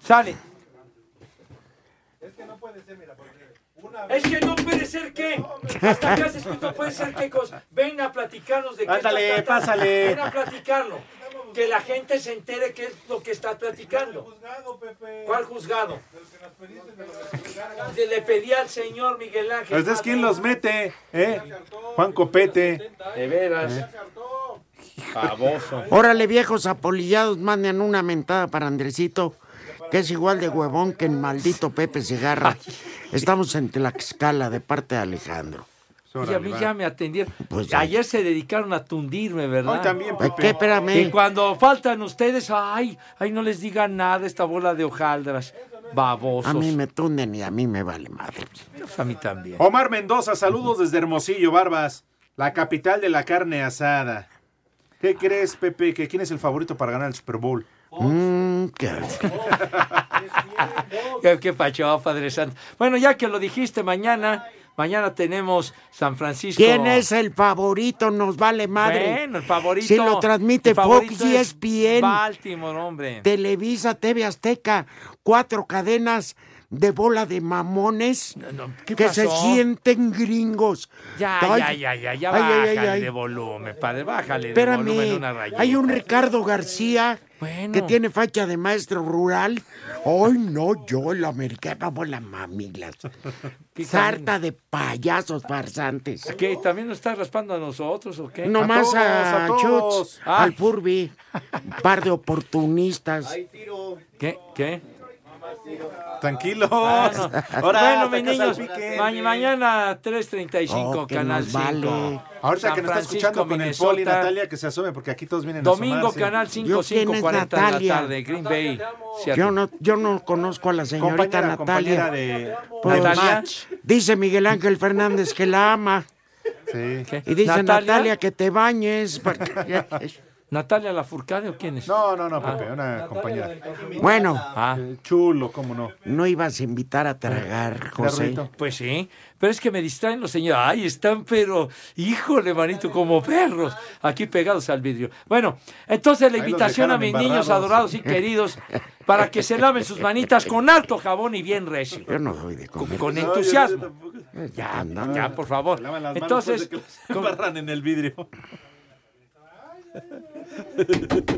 sale. Es que no puede ser, mira, porque Es que no puede ser que. Hasta que haces que no puede ser que cosa. Ven a platicarnos de qué
Ándale,
está tratando.
pásale.
Ven a platicarlo. Que la gente se entere qué es lo que estás platicando. ¿Cuál juzgado? Le pedí al señor Miguel Ángel.
¿Ustedes quién los mete? ¿Eh? Juan Copete.
De veras. Baboso.
Órale, viejos apolillados, manden una mentada para Andresito, que es igual de huevón que el maldito Pepe Segarra. Estamos en Tlaxcala, de parte de Alejandro.
Y a mí ya me atendieron.
Pues,
Ayer se dedicaron a tundirme, ¿verdad?
Hoy también, Pepe. Eh, ¿Qué? Espérame.
Y cuando faltan ustedes, ay, ay, no les digan nada esta bola de hojaldras. Babosos.
A mí me tunden y a mí me vale madre.
A mí también.
Omar Mendoza, saludos desde Hermosillo, Barbas, la capital de la carne asada. ¿Qué crees, Pepe? que ¿Quién es el favorito para ganar el Super Bowl?
Oh.
Mm, qué-
Qué, qué pacho, Padre Santo. Bueno, ya que lo dijiste, mañana, mañana tenemos San Francisco.
¿Quién es el favorito? Nos vale madre.
Bueno, el favorito.
Si lo transmite
el favorito
Fox y E ESPN.
Baltimore, hombre.
Televisa, TV Azteca, cuatro cadenas de bola de mamones
¿qué
que se
pasó?
sienten gringos.
Ya,
Ay,
ya, ya, ya, ya,
ay, ay, ay,
bájale
ay.
de volumen, padre, bájale de volumen
Espérame,
una rayita.
hay un Ricardo García que tiene facha de maestro rural. Ay, no, yo, el americano por las
[LAUGHS]
mamilas. Sarta de payasos farsantes.
¿Qué? ¿También nos está raspando a nosotros o qué?
Nomás a, Chutz,
Ah,
al Furby, un
[LAUGHS]
par de oportunistas.
¿Qué? ¿Qué?
Tranquilos.
Ah, no.
[LAUGHS] Ahora,
bueno,
hasta
mis
que
niños,
salpique.
ma- mañana 3.35,
Oh, que
Canal
nos
5.
vale.
Ahorita
San
que nos está
Francisco,
escuchando con
Minnesota.
el poli, Natalia, que se asome, porque aquí todos vienen a
Domingo,
asomarse.
Canal 5, 5.40 de la
Natalia?
tarde, Green Bay. Seattle.
Yo no, yo no conozco a la señorita
Compañera,
Natalia.
compañera de...
Pues,
Natalia.
Dice Miguel Ángel Fernández que la ama.
Sí.
Y dice Natalia,
¿Natalia?
que te bañes. porque-
¿Natalia Lafourcade o quién es? Ah,
No, no, no, Pepe, una compañera.
Bueno,
Eh, Chulo, cómo no.
no ibas a invitar a tragar, José.
Perrito.
Pues sí, pero es que me distraen los señores. Ay, están, pero, híjole, manito, como perros, aquí pegados al vidrio. Bueno, entonces la
Ahí los
invitación a
dejaron
mis niños
embarrados.
adorados y queridos para que se laven sus manitas con harto jabón y bien recio,
Yo no doy de
con,
comer.
con
No, yo-
entusiasmo.
yo tampoco.
Ya,
Andamos.
ya, por favor.
Lavan las manos
Entonces,
después de que las embarran en el vidrio.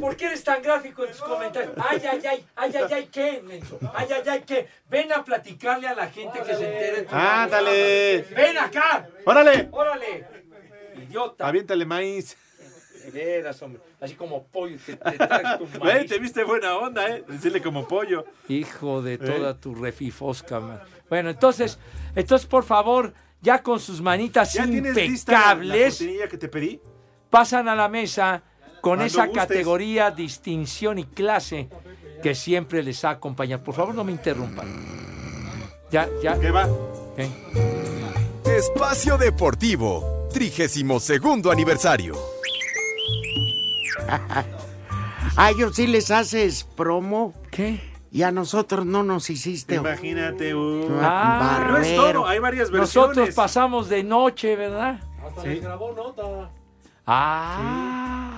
¿Por qué eres tan gráfico en tus comentarios? Ay, ay, ay, ay, ay, ay, ¿qué? menso? Ay, ay, ay, ¿qué? Ven a platicarle a la gente que se entere.
Ándale.
Ven acá.
Órale.
Órale. Idiota.
Aviéntale maíz.
De veras, hombre. Así como pollo
[LAUGHS]
que te traes tu
Güey,
maíz.
te viste buena onda, ¿eh? Decirle como pollo.
Hijo
Eh.
de toda tu refifosca, man. Bueno, entonces, entonces, por favor, ya con sus manitas
¿Ya tienes lista la- la
impecables,
cortinilla que te pedí?
pasan a la mesa con
Cuando
esa
gustes.
categoría, distinción y clase que siempre les ha acompañado. Por favor, no me interrumpan. Ya, ya. ¿eh?
¿Qué va?
¿Qué?
Espacio Deportivo, 32 aniversario.
A Ah, ellos sí les haces promo
¿Qué?
y a nosotros no nos hiciste.
Imagínate. uh.
Ah,
no es todo, hay varias versiones.
Nosotros pasamos de noche, ¿verdad?
Sí.
Ah.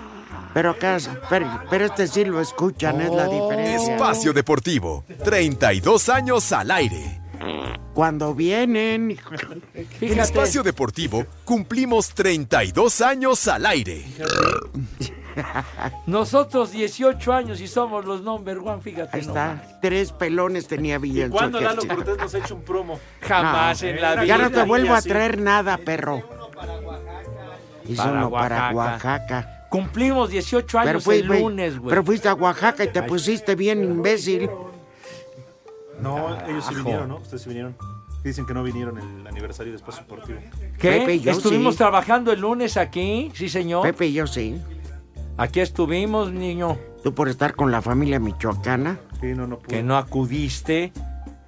Pero acá, pero, pero este sí lo escuchan, es la
Oh.
diferencia.
Espacio Deportivo, 32 años al aire.
Cuando vienen.
[LAUGHS]
En
Fíjate.
Espacio Deportivo cumplimos 32 años al aire.
Nosotros 18 años y somos los number one, fíjate.
Ahí
nomás.
está. Tres pelones tenía
¿Y
Villanzo.
cuándo
que
Lalo
hacer.
Cortés nos ha hecho un promo?
Jamás
No, eh,
en la vida.
Ya no te vuelvo a
sí.
traer nada, perro. Hizo
Para
uno para
Oaxaca.
Oaxaca.
Cumplimos 18 años
Pero, fui-
el
fui-
lunes, güey.
pero fuiste a Oaxaca y te pusiste bien imbécil.
No, ellos sí vinieron, ¿no? Ustedes sí vinieron. Dicen que no vinieron el aniversario de Espacio Deportivo.
¿Qué?
Pepe y yo,
estuvimos
sí.
trabajando el lunes aquí, sí, señor.
Pepe y yo sí.
Aquí estuvimos, niño.
Tú por estar con la familia michoacana.
Sí, no, no pude.
que no acudiste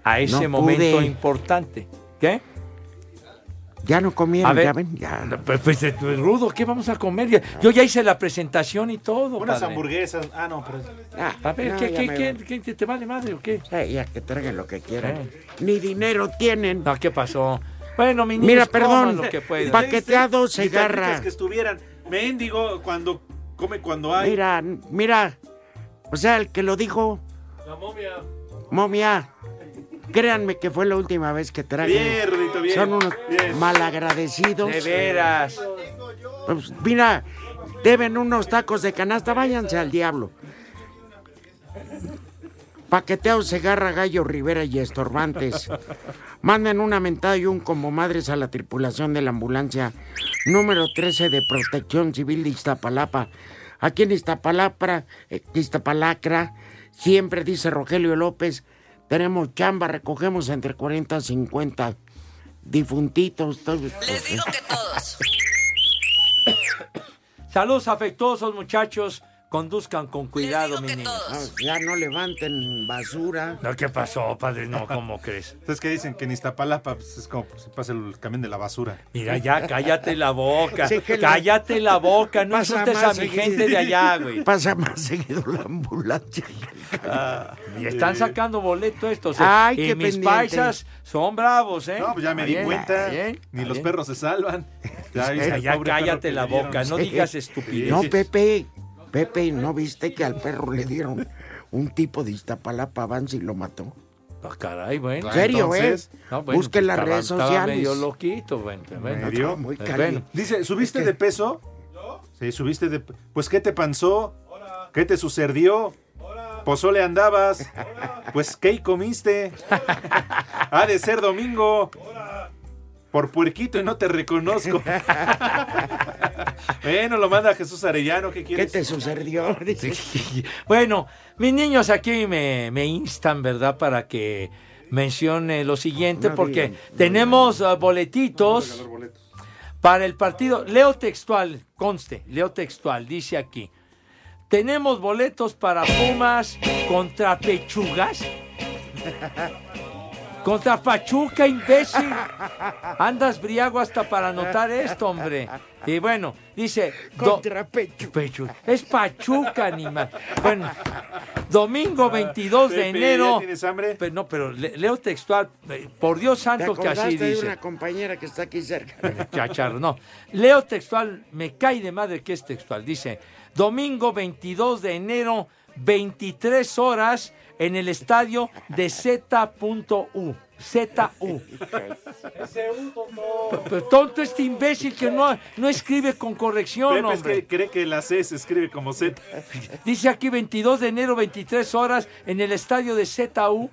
a ese
No
momento
pude.
importante. ¿Qué?
Ya no comieron,
A ver.
ya ven, ya.
Pues, pues, eh, pues, Rudo, ¿qué vamos a comer? Ya- Yo ya hice la presentación y todo.
Unas
padre.
hamburguesas. Ah, no, pero.
A ver,
No,
¿qué,
ya
qué,
me
qué-
voy.
qué- qué- te vale madre o qué?
Eh, ya que traigan lo que quieran.
Eh.
Ni dinero tienen.
No, ¿qué pasó? Bueno, mi niño,
Mira,
coman
perdón,
lo que puedan.
paqueteado se
Ni tan ricas
agarra.
que estuvieran. Mendigo, cuando come, cuando hay.
Mira, mira. O sea, el que lo dijo,
La momia.
momia. Créanme que fue la última vez que traje.
Bien, Rudito, bien.
Son unos
Bien.
malagradecidos.
De veras.
Pues, mira, deben unos tacos de canasta, váyanse al diablo. Paqueteado Segarra, Gallo Rivera y Estorbantes. Mandan una mentada y un como madres a la tripulación de la ambulancia número 13 de Protección Civil de Iztapalapa. Aquí en Iztapalapa, eh, Iztapalacra, siempre dice Rogelio López, tenemos chamba, recogemos entre 40 y 50 difuntitos. Les digo que
[LAUGHS]
todos.
Saludos afectuosos, muchachos. Conduzcan con cuidado, mi niño.
Ah, Ya no levanten basura.
No, ¿qué pasó, padre? No, ¿cómo crees?
Entonces, que dicen? Que en Iztapalapa pues, es como se pasa el camión de la basura.
Mira, ya, cállate la
[LAUGHS]
boca.
Sí, que le-
cállate la boca. No
Pasa
insultes a
más
mi
seguido.
gente de allá, güey.
Pasa más seguido la ambulancia. que el camión.
Y Ah, están sacando boleto estos. eh.
Ay,
y
qué
mis
pendiente.
paisas son bravos, ¿eh?
No, pues ya me di
Bien,
cuenta.
bien,
Ni
bien.
los perros se salvan. Ya,
Sí,
viste al
[LAUGHS] Eh, ya
pobre perro
cállate
que
la
le dieron.
boca, no
Sí.
digas estupideces.
No, Pepe, Pepe, ¿no viste que al perro le dieron un tipo de Iztapalapa avance y lo mató?
Ah, caray, bueno.
En serio, ¿eh?
Entonces, no, bueno,
Busquen las
estaba-
redes
estaba
sociales.
medio loquito, bueno. bueno. [LAUGHS]
Me dio.
muy
Eh,
cali-
bueno.
Dice, ¿subiste de peso? Sí, subiste de. Pues, ¿qué te panzó? ¿Qué te sucedió? Pozole andabas. Pues, ¿qué comiste? ha de ser domingo. Por puerquito y no te reconozco. bueno, lo manda Jesús Arellano. ¿Qué
¿Qué
quieres?
te sucedió?
Sí. Bueno, mis niños aquí me, me instan, ¿verdad? Para que mencione lo siguiente,
No
porque
digan, no
tenemos ah, boletitos para el partido. Leo textual, conste, leo textual, dice aquí. Tenemos boletos para Pumas contra Pechugas. [LAUGHS] Contra Pachuca, imbécil. Andas briago hasta para anotar esto, hombre. Y bueno, dice... do-
Contra Pecho.
Pechuga. Es Pachuca, animal. Bueno,
Ah,
domingo 22 de
Pepe, ¿ya
enero.
tienes hambre?
Pero no, pero le- leo textual. eh, Por Dios
¿Te
santo que así
acordaste de
dice.
una compañera que está aquí
[LAUGHS]
cerca?
Chacharro, no. Leo textual, me cae de madre que es textual. Dice, domingo 22 de enero, 23 horas, en el estadio de Z.U.
[LAUGHS]
Z.U. Pero tonto este imbécil que no, no escribe con corrección,
Pepe es
hombre.
que cree que la C se escribe como Z.
Dice aquí 22 de enero, 23 horas, en el estadio de ZU,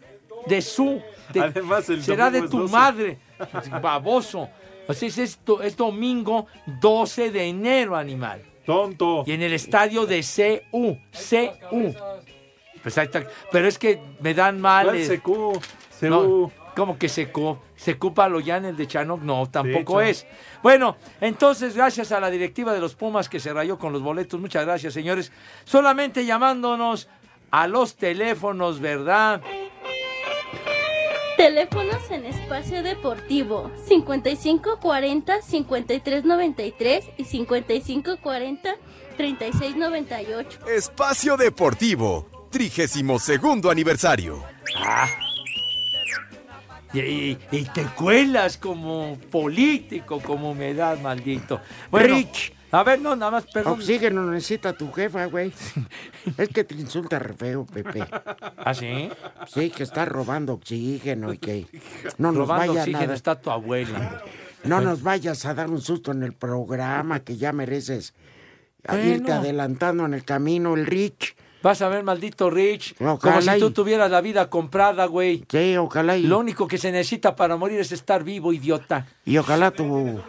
de su. de-
Además, el
será
domingo
de
es
tu
12.
madre, [LAUGHS] baboso. Así es, esto es domingo 12 de enero, animal.
Tonto.
Y en el estadio de CU, CU. Pues ahí está. Pero es que me dan mal.
¿Cuál
eh,
CQ? CQ.
no, como que se secupa lo ya en el de Chanoc, no, tampoco
hecho.
es. Bueno, entonces gracias a la directiva de los Pumas que se rayó con los boletos, muchas gracias señores, solamente llamándonos a los teléfonos, ¿verdad?
Teléfonos en espacio deportivo 5540 5393 y 5540 3698.
Espacio Deportivo, 32 aniversario.
Y, y- y te cuelas como político, como humedad, maldito. Bueno, a ver, no, nada más, perdón.
Oxígeno necesita tu
[LAUGHS]
jefa, güey. Es que te insulta re feo, Pepe.
¿Ah, sí?
Sí, que está robando oxígeno y que no nos
Robando
vaya
oxígeno
nada.
está tu abuela.
No nos vayas a dar un susto en el programa que ya mereces a irte
Bueno.
adelantando en el camino, el Rich.
Vas a ver, maldito Rich, como
Ojalá
si
y-
tú tuvieras la vida comprada, güey.
Sí, ojalá y,
Lo único que se necesita para morir es estar vivo, idiota.
y ojalá tu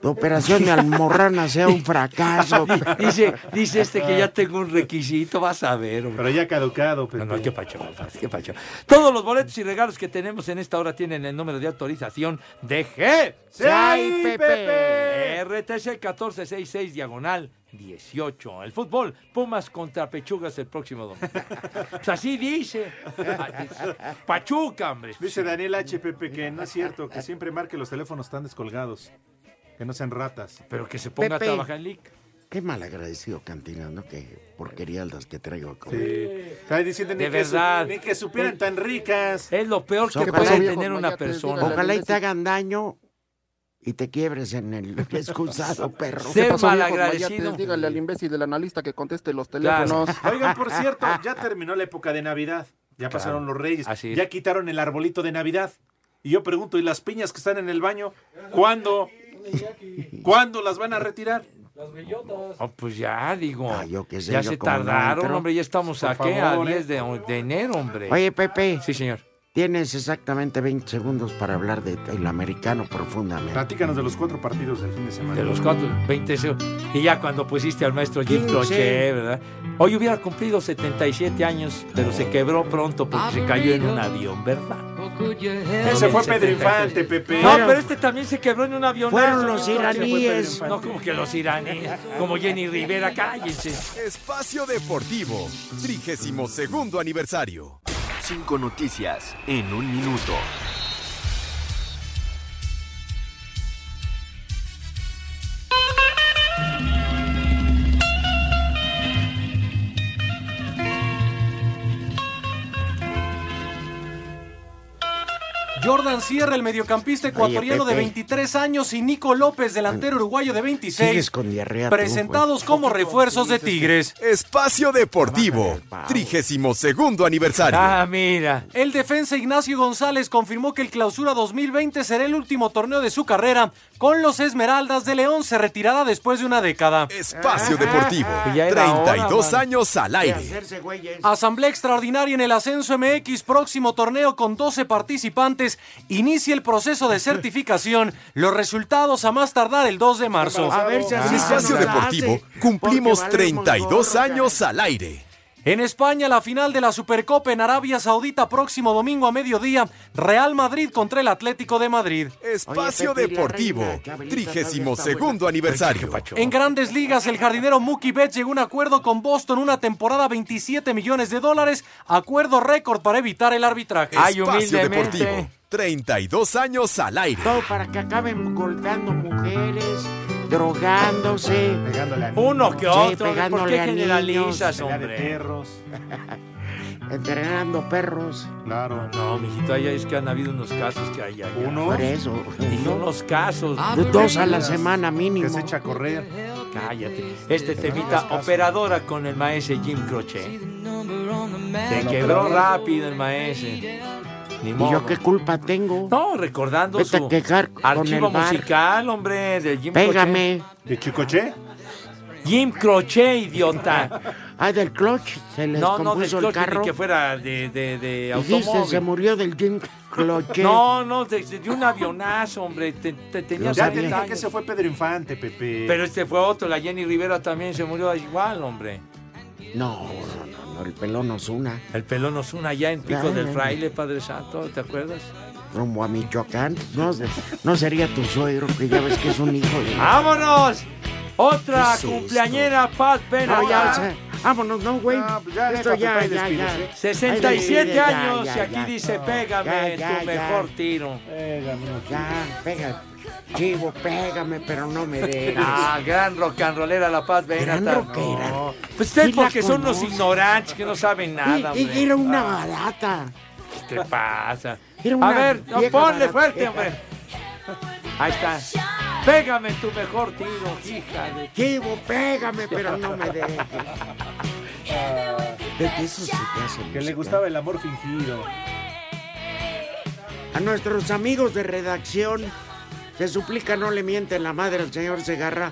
tu operación de almorrana sea un fracaso.
[LAUGHS] Dice, dice este que ya tengo un requisito, vas a ver. hombre.
Pero ya caducado, Pepe.
No, no, qué pacho, qué pacho. Todos los boletos y regalos que tenemos en esta hora tienen el número de autorización de G.
Sí, ay,
Pepe! RTC 1466 diagonal 18. El fútbol, Pumas contra Pechugas el próximo domingo. Pues así dice. Pachuca, hombre.
Dice Daniel H. Pepe que no es cierto,
[LAUGHS]
que siempre marque los teléfonos tan descolgados. Que no sean ratas.
Pero que se ponga
Pepe.
a trabajar en LIC.
Qué mal agradecido, Cantina, ¿no? Qué porquerías las que traigo a comer.
Sí. Eh, Está diciendo ni
De
que, su-
verdad.
ni que supieran tan ricas.
Es lo peor
Ojalá-
que puede tener una persona.
Ojalá y te hagan daño y te quiebres en el [LAUGHS] excusado, perro.
Ser
malagradecido. Dígale al imbécil del analista que conteste los
Claro.
teléfonos.
Oigan, por
[LAUGHS]
cierto, ya terminó la época de Navidad. Ya pasaron los reyes.
Así es.
Ya quitaron el arbolito de Navidad. Y yo pregunto, ¿y las piñas que están en el baño? ¿Cuándo? ¿Cuándo las van a retirar?
Oh, pues ya, digo.
Ah, yo qué sé,
ya
yo
se
como no
tardaron,
entro.
hombre. Ya estamos
Por
a qué? A
favor, eh.
10 de, de enero, hombre.
Oye, Pepe.
Sí, señor.
Tienes exactamente 20 segundos para hablar del americano profundamente.
Platícanos de los cuatro partidos del fin de semana.
De los cuatro, 20 se- Y ya cuando pusiste al maestro Jim
15.
Croce, ¿verdad? Hoy hubiera cumplido 77 años, pero se quebró pronto porque se cayó en un avión, ¿verdad?
Ese fue Pedro Infante, Pepe.
No, pero este también se quebró en un avión.
Fueron los iraníes.
No, como que los iraníes. Como Jenny Rivera, cállense.
Espacio Deportivo, 32 aniversario. Cinco noticias en un minuto.
Jordan Sierra, el mediocampista ecuatoriano de
Pepe.
23 años, y Nico López, delantero uruguayo de 26,
Sigues con diarrea. tú,
presentados como refuerzos de Tigres.
Espacio Deportivo, 32 aniversario.
Ah, mira.
El defensa Ignacio González confirmó que el Clausura 2020 será el último torneo de su carrera con los Esmeraldas de León. Se retirará después de una década.
Espacio Deportivo, 32 años al
güey.
aire.
Hacerse, güey, es-
Asamblea extraordinaria en el Ascenso MX, próximo torneo con 12 participantes, inicia el proceso de certificación, los resultados a más tardar el 2 de marzo.
A ver si
Ah.
así
En Espacio Deportivo, cumplimos 32 años al aire.
En España, la final de la Supercopa en Arabia Saudita, próximo domingo a mediodía, Real Madrid contra el Atlético de Madrid.
Espacio Deportivo, 32 aniversario.
En grandes ligas, el jardinero Mookie Betts llegó a un acuerdo con Boston, una temporada 27 millones de dólares, acuerdo récord para evitar el arbitraje.
Espacio Deportivo, 32 años al aire.
Todo para que acaben golpeando mujeres, drogándose.
Pegándole a niños.
Uno que
Sí,
otro. ¿Por
pegándole
qué
a
generalizas,
niños.
Pelea de
hombre?
perros.
Entrenando perros.
Claro.
No, mijito, ahí es que han habido unos casos que hay allá.
Uno.
Por eso.
Dije unos casos.
Ah, Dos a la semana mínimo.
Que se echa a correr.
Cállate. Este temita operadora con el maese Jim Crochet. Se quebró rápido el maese. Ni
¿Y yo
modo.
qué culpa tengo?
No, recordando
Vete
su
a quejar con
archivo
el bar.
musical, hombre, de Jim
Pégame.
¿De Chicoche?
Crochet. Jim Crochet, idiota.
Ay, Ah, del clutch. Se [LAUGHS] les
No, no, del
compuso el
Crochet, ni
carro.
que fuera de, de, de
Dijiste, se
automóvil.
murió del Jim Clutch.
No, no, de, de un avionazo, hombre. Te, te tenías
Ya te
70
dije que
años.
ese fue Pedro Infante, Pepe.
Pero este fue otro, la Jenny Rivera también se murió igual, hombre.
No, no, no, no, el pelón nos una.
El pelón Osuna allá en Pico del Fraile, Padre Santo, ¿te acuerdas?
Rumbo a Michoacán. No, sé, no sería tu suegro, que ya ves que es un hijo de.
¡Vámonos! Otra
¿Qué es
cumpleañera, Pat
No, ya,
Benatar.
o sea, vámonos, no, güey.
Ah. pues ya,
Esto
neta,
ya,
Pepe,
ya,
despides,
ya.
¿eh?
Ay,
67
despide, ya,
años
ya,
y aquí
ya.
dice,
No,
pégame
ya, ya,
tu
ya.
mejor tiro.
Ya, pega. Chivo, pégame, pero no
[LAUGHS]
me dejes.
Ah, gran rock and rollera la Paz
Gran
Benatar.
rockera.
No. Pues ustedes
Sí la
porque son unos
conoce.
ignorantes que no saben nada,
Y- y
hombre.
era una barata.
¿Qué te pasa?
Era
A
una
ver, no,
vieja
ponle
barata.
fuerte, hombre. Ahí está. Pégame tu mejor tiro, hija de...
Chivo, pégame, pero no me dejes.
[LAUGHS]
¿De qué eso se te hace?
Que le
música?
gustaba el amor fingido.
A nuestros amigos de redacción, se suplica no le mienten la madre al señor Segarra.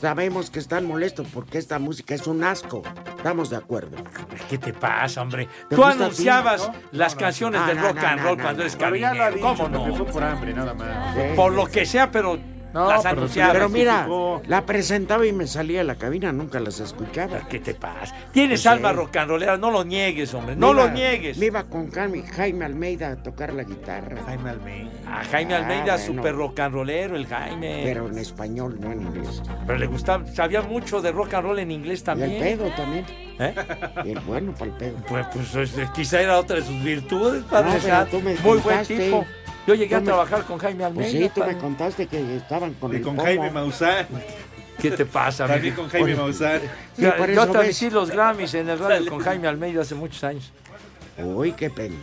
Sabemos que están molestos porque esta música es un asco. Estamos de acuerdo.
¿Qué te pasa, hombre?
¿Te
Tú
gusta a ti?
anunciabas
No,
las canciones
No, Ah,
del
no,
rock
no,
and
no,
roll
no,
cuando
no.
eres
Pero ya lo ha
caminero.
dicho,
¿Cómo
Pepe,
no?
fue por hambre, nada más.
Por lo que sea, pero
No,
las
pero
anunciaba.
Pero mira, la presentaba y me salía de la cabina, nunca las escuchaba.
pues, ¿Qué te pasa?
Pues
Tienes alma rock and rollera, no lo niegues, hombre, no
Me
lo
iba-
niegues.
Me iba con Jaime, Jaime Almeida a tocar la guitarra. Jaime Almeida.
A Jaime Almeida, super rock and rollero, el Jaime.
Ah, Pero en español, no en inglés.
Pero le gustaba, sabía mucho de rock and roll en inglés también.
Y el pedo también.
¿Eh?
Y el bueno para el pedo.
Pues, pues este, quizá era otra de sus virtudes,
No,
padre.
Ah, pero
Sanz.
tú me
Muy buen
contaste.
tipo. Yo llegué
Tú
a
me-
trabajar con Jaime Almeida.
Pues sí, tú
padre.
me contaste que estaban con
Y
el
con
pomo.
Jaime Maussan.
¿Qué te pasa,
También
amigo?
con Jaime
Oye,
Maussan.
Yo,
Sí, por
yo
eso
transmití
ves.
los Grammys en el radio con Jaime Almeida hace muchos años.
Uy, qué pena.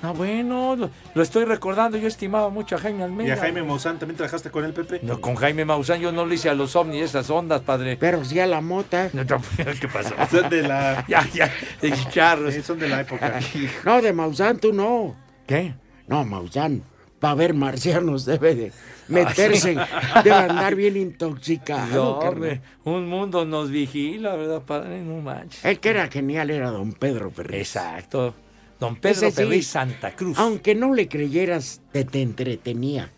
Ah, bueno, lo, lo estoy recordando. Yo estimaba mucho a Jaime
Y
Almeida.
a Jaime Maussan también trabajaste con él, Pepe.
No, con Jaime Maussan yo no le hice a los ovnis esas ondas, padre.
Pero sí a la mota.
No, [LAUGHS] no, ¿Qué pasó?
Son de la-
[LAUGHS] Ya, ya, de charros.
Eh, son de la época.
No, de Maussan tú no.
¿Qué?
No, Maussan. Para ver marcianos debe de meterse. debe andar bien intoxicado.
Ah, No,
carnal.
hombre, un mundo nos vigila, ¿verdad, padre? No manches.
El que era genial era don Pedro Ferriz.
Exacto. Don Pedro
Ese sí.
Ferriz Santa Cruz.
Aunque no le creyeras, te, te entretenía.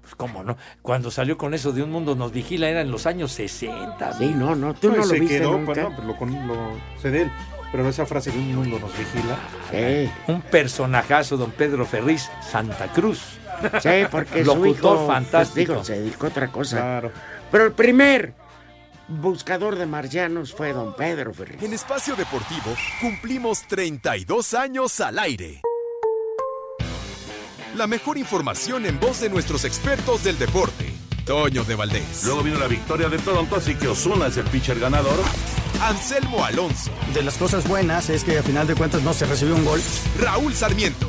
Pues, ¿Cómo no? Cuando salió con eso de Un Mundo Nos Vigila era en los años 60.
Sí, no, no, tú no,
y
lo
se
viste
quedó,
nunca.
pues, no, pues, lo, con- lo sé de él. Pero esa frase de un mundo nos vigila.
Un personajazo, don Pedro Ferriz Santa Cruz.
Sí, porque su
Locutor
hijo,
fantástico.
pues, digo, se dedicó a otra cosa. Pero el primer buscador de marcianos fue don Pedro Ferriz.
En Espacio Deportivo cumplimos 32 años al aire. La mejor información en voz de nuestros expertos del deporte. Toño de Valdés.
Luego vino la victoria de Toronto, así que Osuna es el pitcher ganador.
Anselmo Alonso.
De las cosas buenas es que a final de cuentas no se recibió un gol.
Raúl Sarmiento.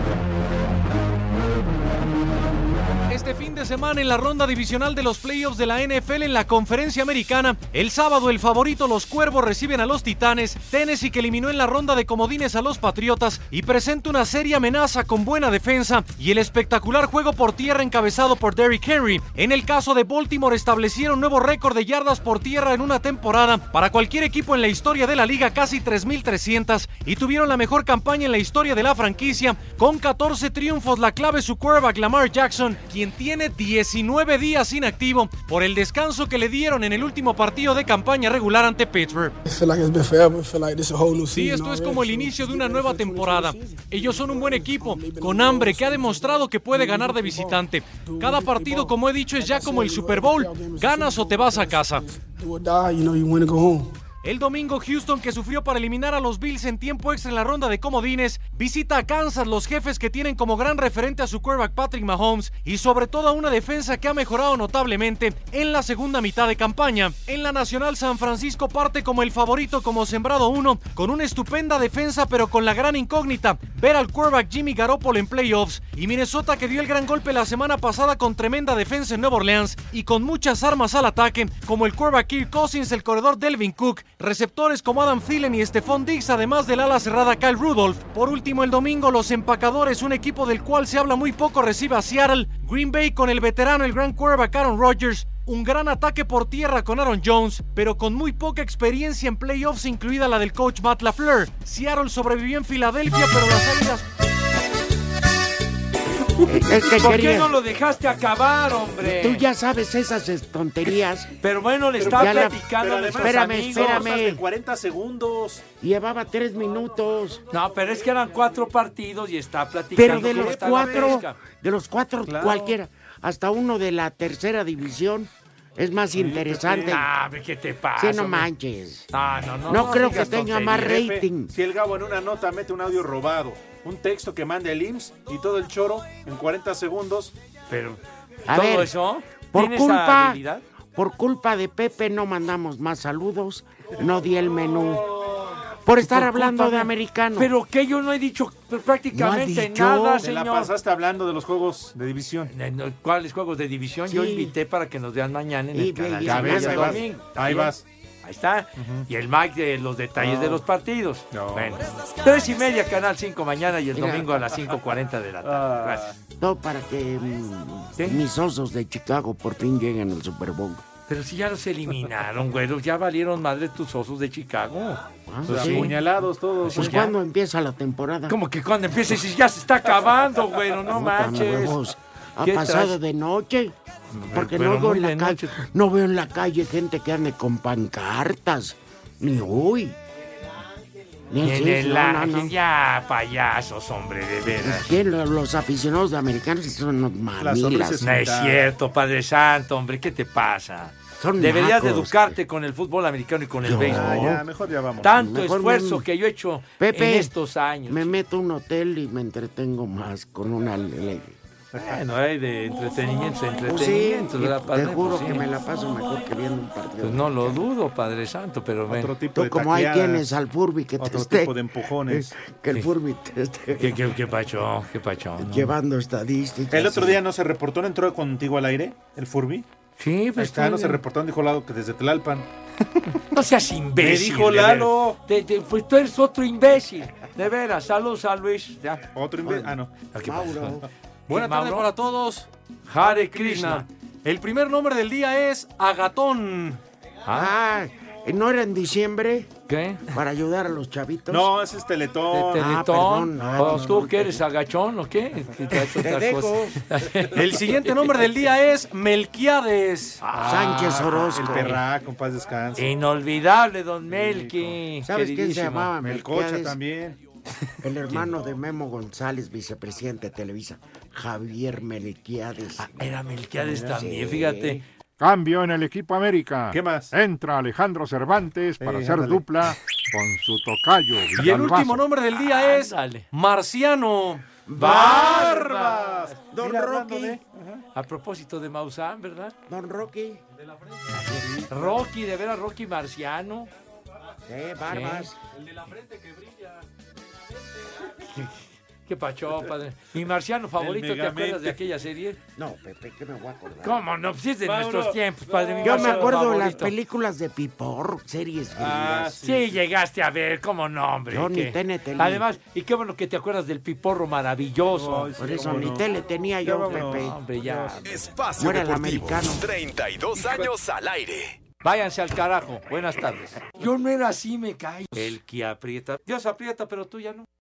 Este fin de semana en la ronda divisional de los playoffs de la NFL en la conferencia americana, el sábado el favorito los Cuervos reciben a los Titanes, Tennessee que eliminó en la ronda de comodines a los Patriotas y presenta una seria amenaza con buena defensa y el espectacular juego por tierra encabezado por Derrick Henry. En el caso de Baltimore establecieron nuevo récord de yardas por tierra en una temporada para cualquier equipo en la historia de la liga, casi 3.300 y tuvieron la mejor campaña en la historia de la franquicia con 14 triunfos. La clave es su quarterback Lamar Jackson, quien tiene 19 días inactivo por el descanso que le dieron en el último partido de campaña regular ante Pittsburgh.
I feel like it's been forever. I feel like this a whole new
Sí,
season
esto es
already.
como el inicio de una nueva temporada. Ellos son un buen equipo, con hambre, que ha demostrado que puede ganar de visitante. Cada partido, como he dicho, es ya como el Super Bowl. Ganas o te vas a casa.
Do or die, you know, you win or go home.
El domingo Houston, que sufrió para eliminar a los Bills en tiempo extra en la ronda de comodines, visita a Kansas, los jefes que tienen como gran referente a su quarterback Patrick Mahomes y sobre todo a una defensa que ha mejorado notablemente en la segunda mitad de campaña. En la Nacional San Francisco parte como el favorito como sembrado 1, con una estupenda defensa pero con la gran incógnita, ver al quarterback Jimmy Garoppolo en playoffs y Minnesota que dio el gran golpe la semana pasada con tremenda defensa en Nueva Orleans y con muchas armas al ataque, como el quarterback Kirk Cousins, el corredor Delvin Cook, receptores como Adam Thielen y Stephon Diggs, además del ala cerrada Kyle Rudolph. Por último, el domingo, los empacadores, un equipo del cual se habla muy poco, recibe a Seattle. Green Bay con el veterano, el gran quarterback Aaron Rodgers. Un gran ataque por tierra con Aaron Jones, pero con muy poca experiencia en playoffs, incluida la del coach Matt LaFleur. Seattle sobrevivió en Filadelfia, pero las águilas
Es que
¿Por
quería-
qué no lo dejaste acabar, hombre?
Tú ya sabes esas es- tonterías.
Pero bueno, le
Pero
está
ya la-
platicando
pero
a nuestros
espérame,
amigos.
espérame.
De 40 segundos.
Llevaba tres minutos.
No, pero es que eran cuatro partidos y está platicando.
Pero de
cómo
los
está la
cuatro,
pesca.
de los cuatro
Claro.
cualquiera, hasta uno de la tercera división es más interesante.
Ah, ¿qué te pasa?
Sí, no
hombre?
manches.
Ah, no, no.
No creo
digas
que tenga más
tonterías. Pepe,
rating.
si el Gabo en una nota mete un audio robado, un texto que manda el IMSS y todo el choro en 40 segundos.
Pero.
A
¿Todo
ver,
eso?
por
¿Tiene esa
culpa,
habilidad?
por culpa de Pepe no mandamos más saludos, no di el menú. Por estar
Por
hablando
culpa
de
de-
americano.
Pero que yo no he dicho prácticamente
dicho.
nada,
Te
la
señor.
pasaste hablando de los juegos de división.
¿Cuáles juegos de división? Yo
Sí.
invité para que nos vean mañana en
Y
el
ve-
canal.
ya ves, ahí vas, ahí vas.
Ahí
Ahí está.
Ujú.
Y el Mike de los detalles
No.
de los partidos. Bueno. Tres y media, Canal 5 mañana y el
Mira.
domingo a las 5.40 de la
Ah.
tarde. Gracias.
No, para que mm, mis osos de Chicago por fin lleguen al Super Bowl.
Pero si ya los eliminaron, güey. Ya valieron madre tus osos de Chicago.
Pues
Los Ah, sí. apuñalados
todos.
Pues cuando empieza la temporada.
Como que cuando empiece, si ya se está acabando, güey. No, no
Puta,
manches.
huevos. Ha
¿Qué
pasado
traes?
de noche. Porque
pero
no veo,
muy
en la
de
calle, no veo en la calle gente que ande con pancartas. Ni uy. Ni
Ni en
así,
el
no,
la-
no, no.
Ya, payasos, hombre, de veras.
Es que lo- los aficionados americanos son unos mamilas.
No es cierto, Padre Santo, hombre, ¿qué te pasa?
Son
Deberías
nacos.
de educarte con el fútbol americano y con el
No.
béisbol.
Ah, ya,
mejor ya vamos.
Tanto
Mejor
esfuerzo
me-
que yo he hecho
Pepe,
en estos años.
Me meto a un hotel y me entretengo más con una ley.
Bueno, hay de entretenimiento,
Pues sí,
entretenimiento. ¿verdad,
te
padre?
juro
Pues sí.
que me la paso mejor que viendo un partido.
Pues no lo dudo, Padre Santo, pero ven.
Tú como ahí tienes al Furby que te
Otro
esté...
tipo de empujones.
[LAUGHS] Que el
Sí.
Furby te esté...
¿Qué, qué, qué pacho? ¿Qué pacho? Ah, no?
Llevando estadísticas.
El otro día no se reportó, no entró contigo al aire, el Furby.
Sí,
pues. Está, no se reportó, dijo Lalo que desde Tlalpan.
No seas
Me
imbécil.
dijo
de veras.
Lalo.
Te- te- pues tú eres otro imbécil. De veras, saludos a Luis.
Otro
imbécil.
Ah, no.
Mauro.
Buena tarde
Mauro?
para todos.
Hare Krishna.
El primer nombre del día es Agatón.
Ah, ¿no era en diciembre?
¿Qué?
Para ayudar a los chavitos.
No, ese es Teletón.
Teletón.
Ah, perdón, no,
Oh, ¿Tú que eres agachón o
[LAUGHS]
qué? Que te hace otra
dejo.
cosa.
[LAUGHS] El siguiente nombre del día es Melquiades.
Ah, Sánchez Orozco.
El perraco, en paz descanse.
Inolvidable, don Melqui.
¿Sabes quién se
queridísimo.
llamaba?
Melcocha
Melquiades?
también.
El hermano de Memo González, vicepresidente de Televisa, Javier Melquiades.
era Melquiades también, fíjate.
Cambio en el equipo América.
¿Qué más?
Eh,
Entra Alejandro Cervantes para
Eh.
hacer
ándale.
dupla con su tocayo.
Y el
Villalbazo.
último nombre del día es Marciano.
Barbas.
Don
Mira,
Rocky.
hablando de- A propósito de Maussan, ¿verdad?
Don Rocky.
Rocky, de veras, Rocky Marciano.
Sí, Barbas.
El de la frente que brilla.
Qué pacho, padre. Mi
[LAUGHS]
marciano favorito, ¿te
Megamente.
acuerdas de aquella serie?
No, Pepe, que me voy a acordar.
¿Cómo no? Pues es de
Mauro,
nuestros tiempos, padre. mi
Yo me
marciano
acuerdo de las
favorito. Ah,
películas de Pipor, series gringas.
sí, llegaste a ver, cómo no, hombre.
Yo ni
¿qué?
TNT.
Además, y qué bueno que te acuerdas del piporro maravilloso.
Por eso ni tele tenía
Ya
yo,
vámonos,
Pepe.
hombre, ya.
Espacio
Fuera el
Deportivo.
americano.
32 años al aire.
Váyanse al carajo. Buenas tardes. Yo no era así, me cae. El que aprieta. Dios aprieta, pero tú ya no.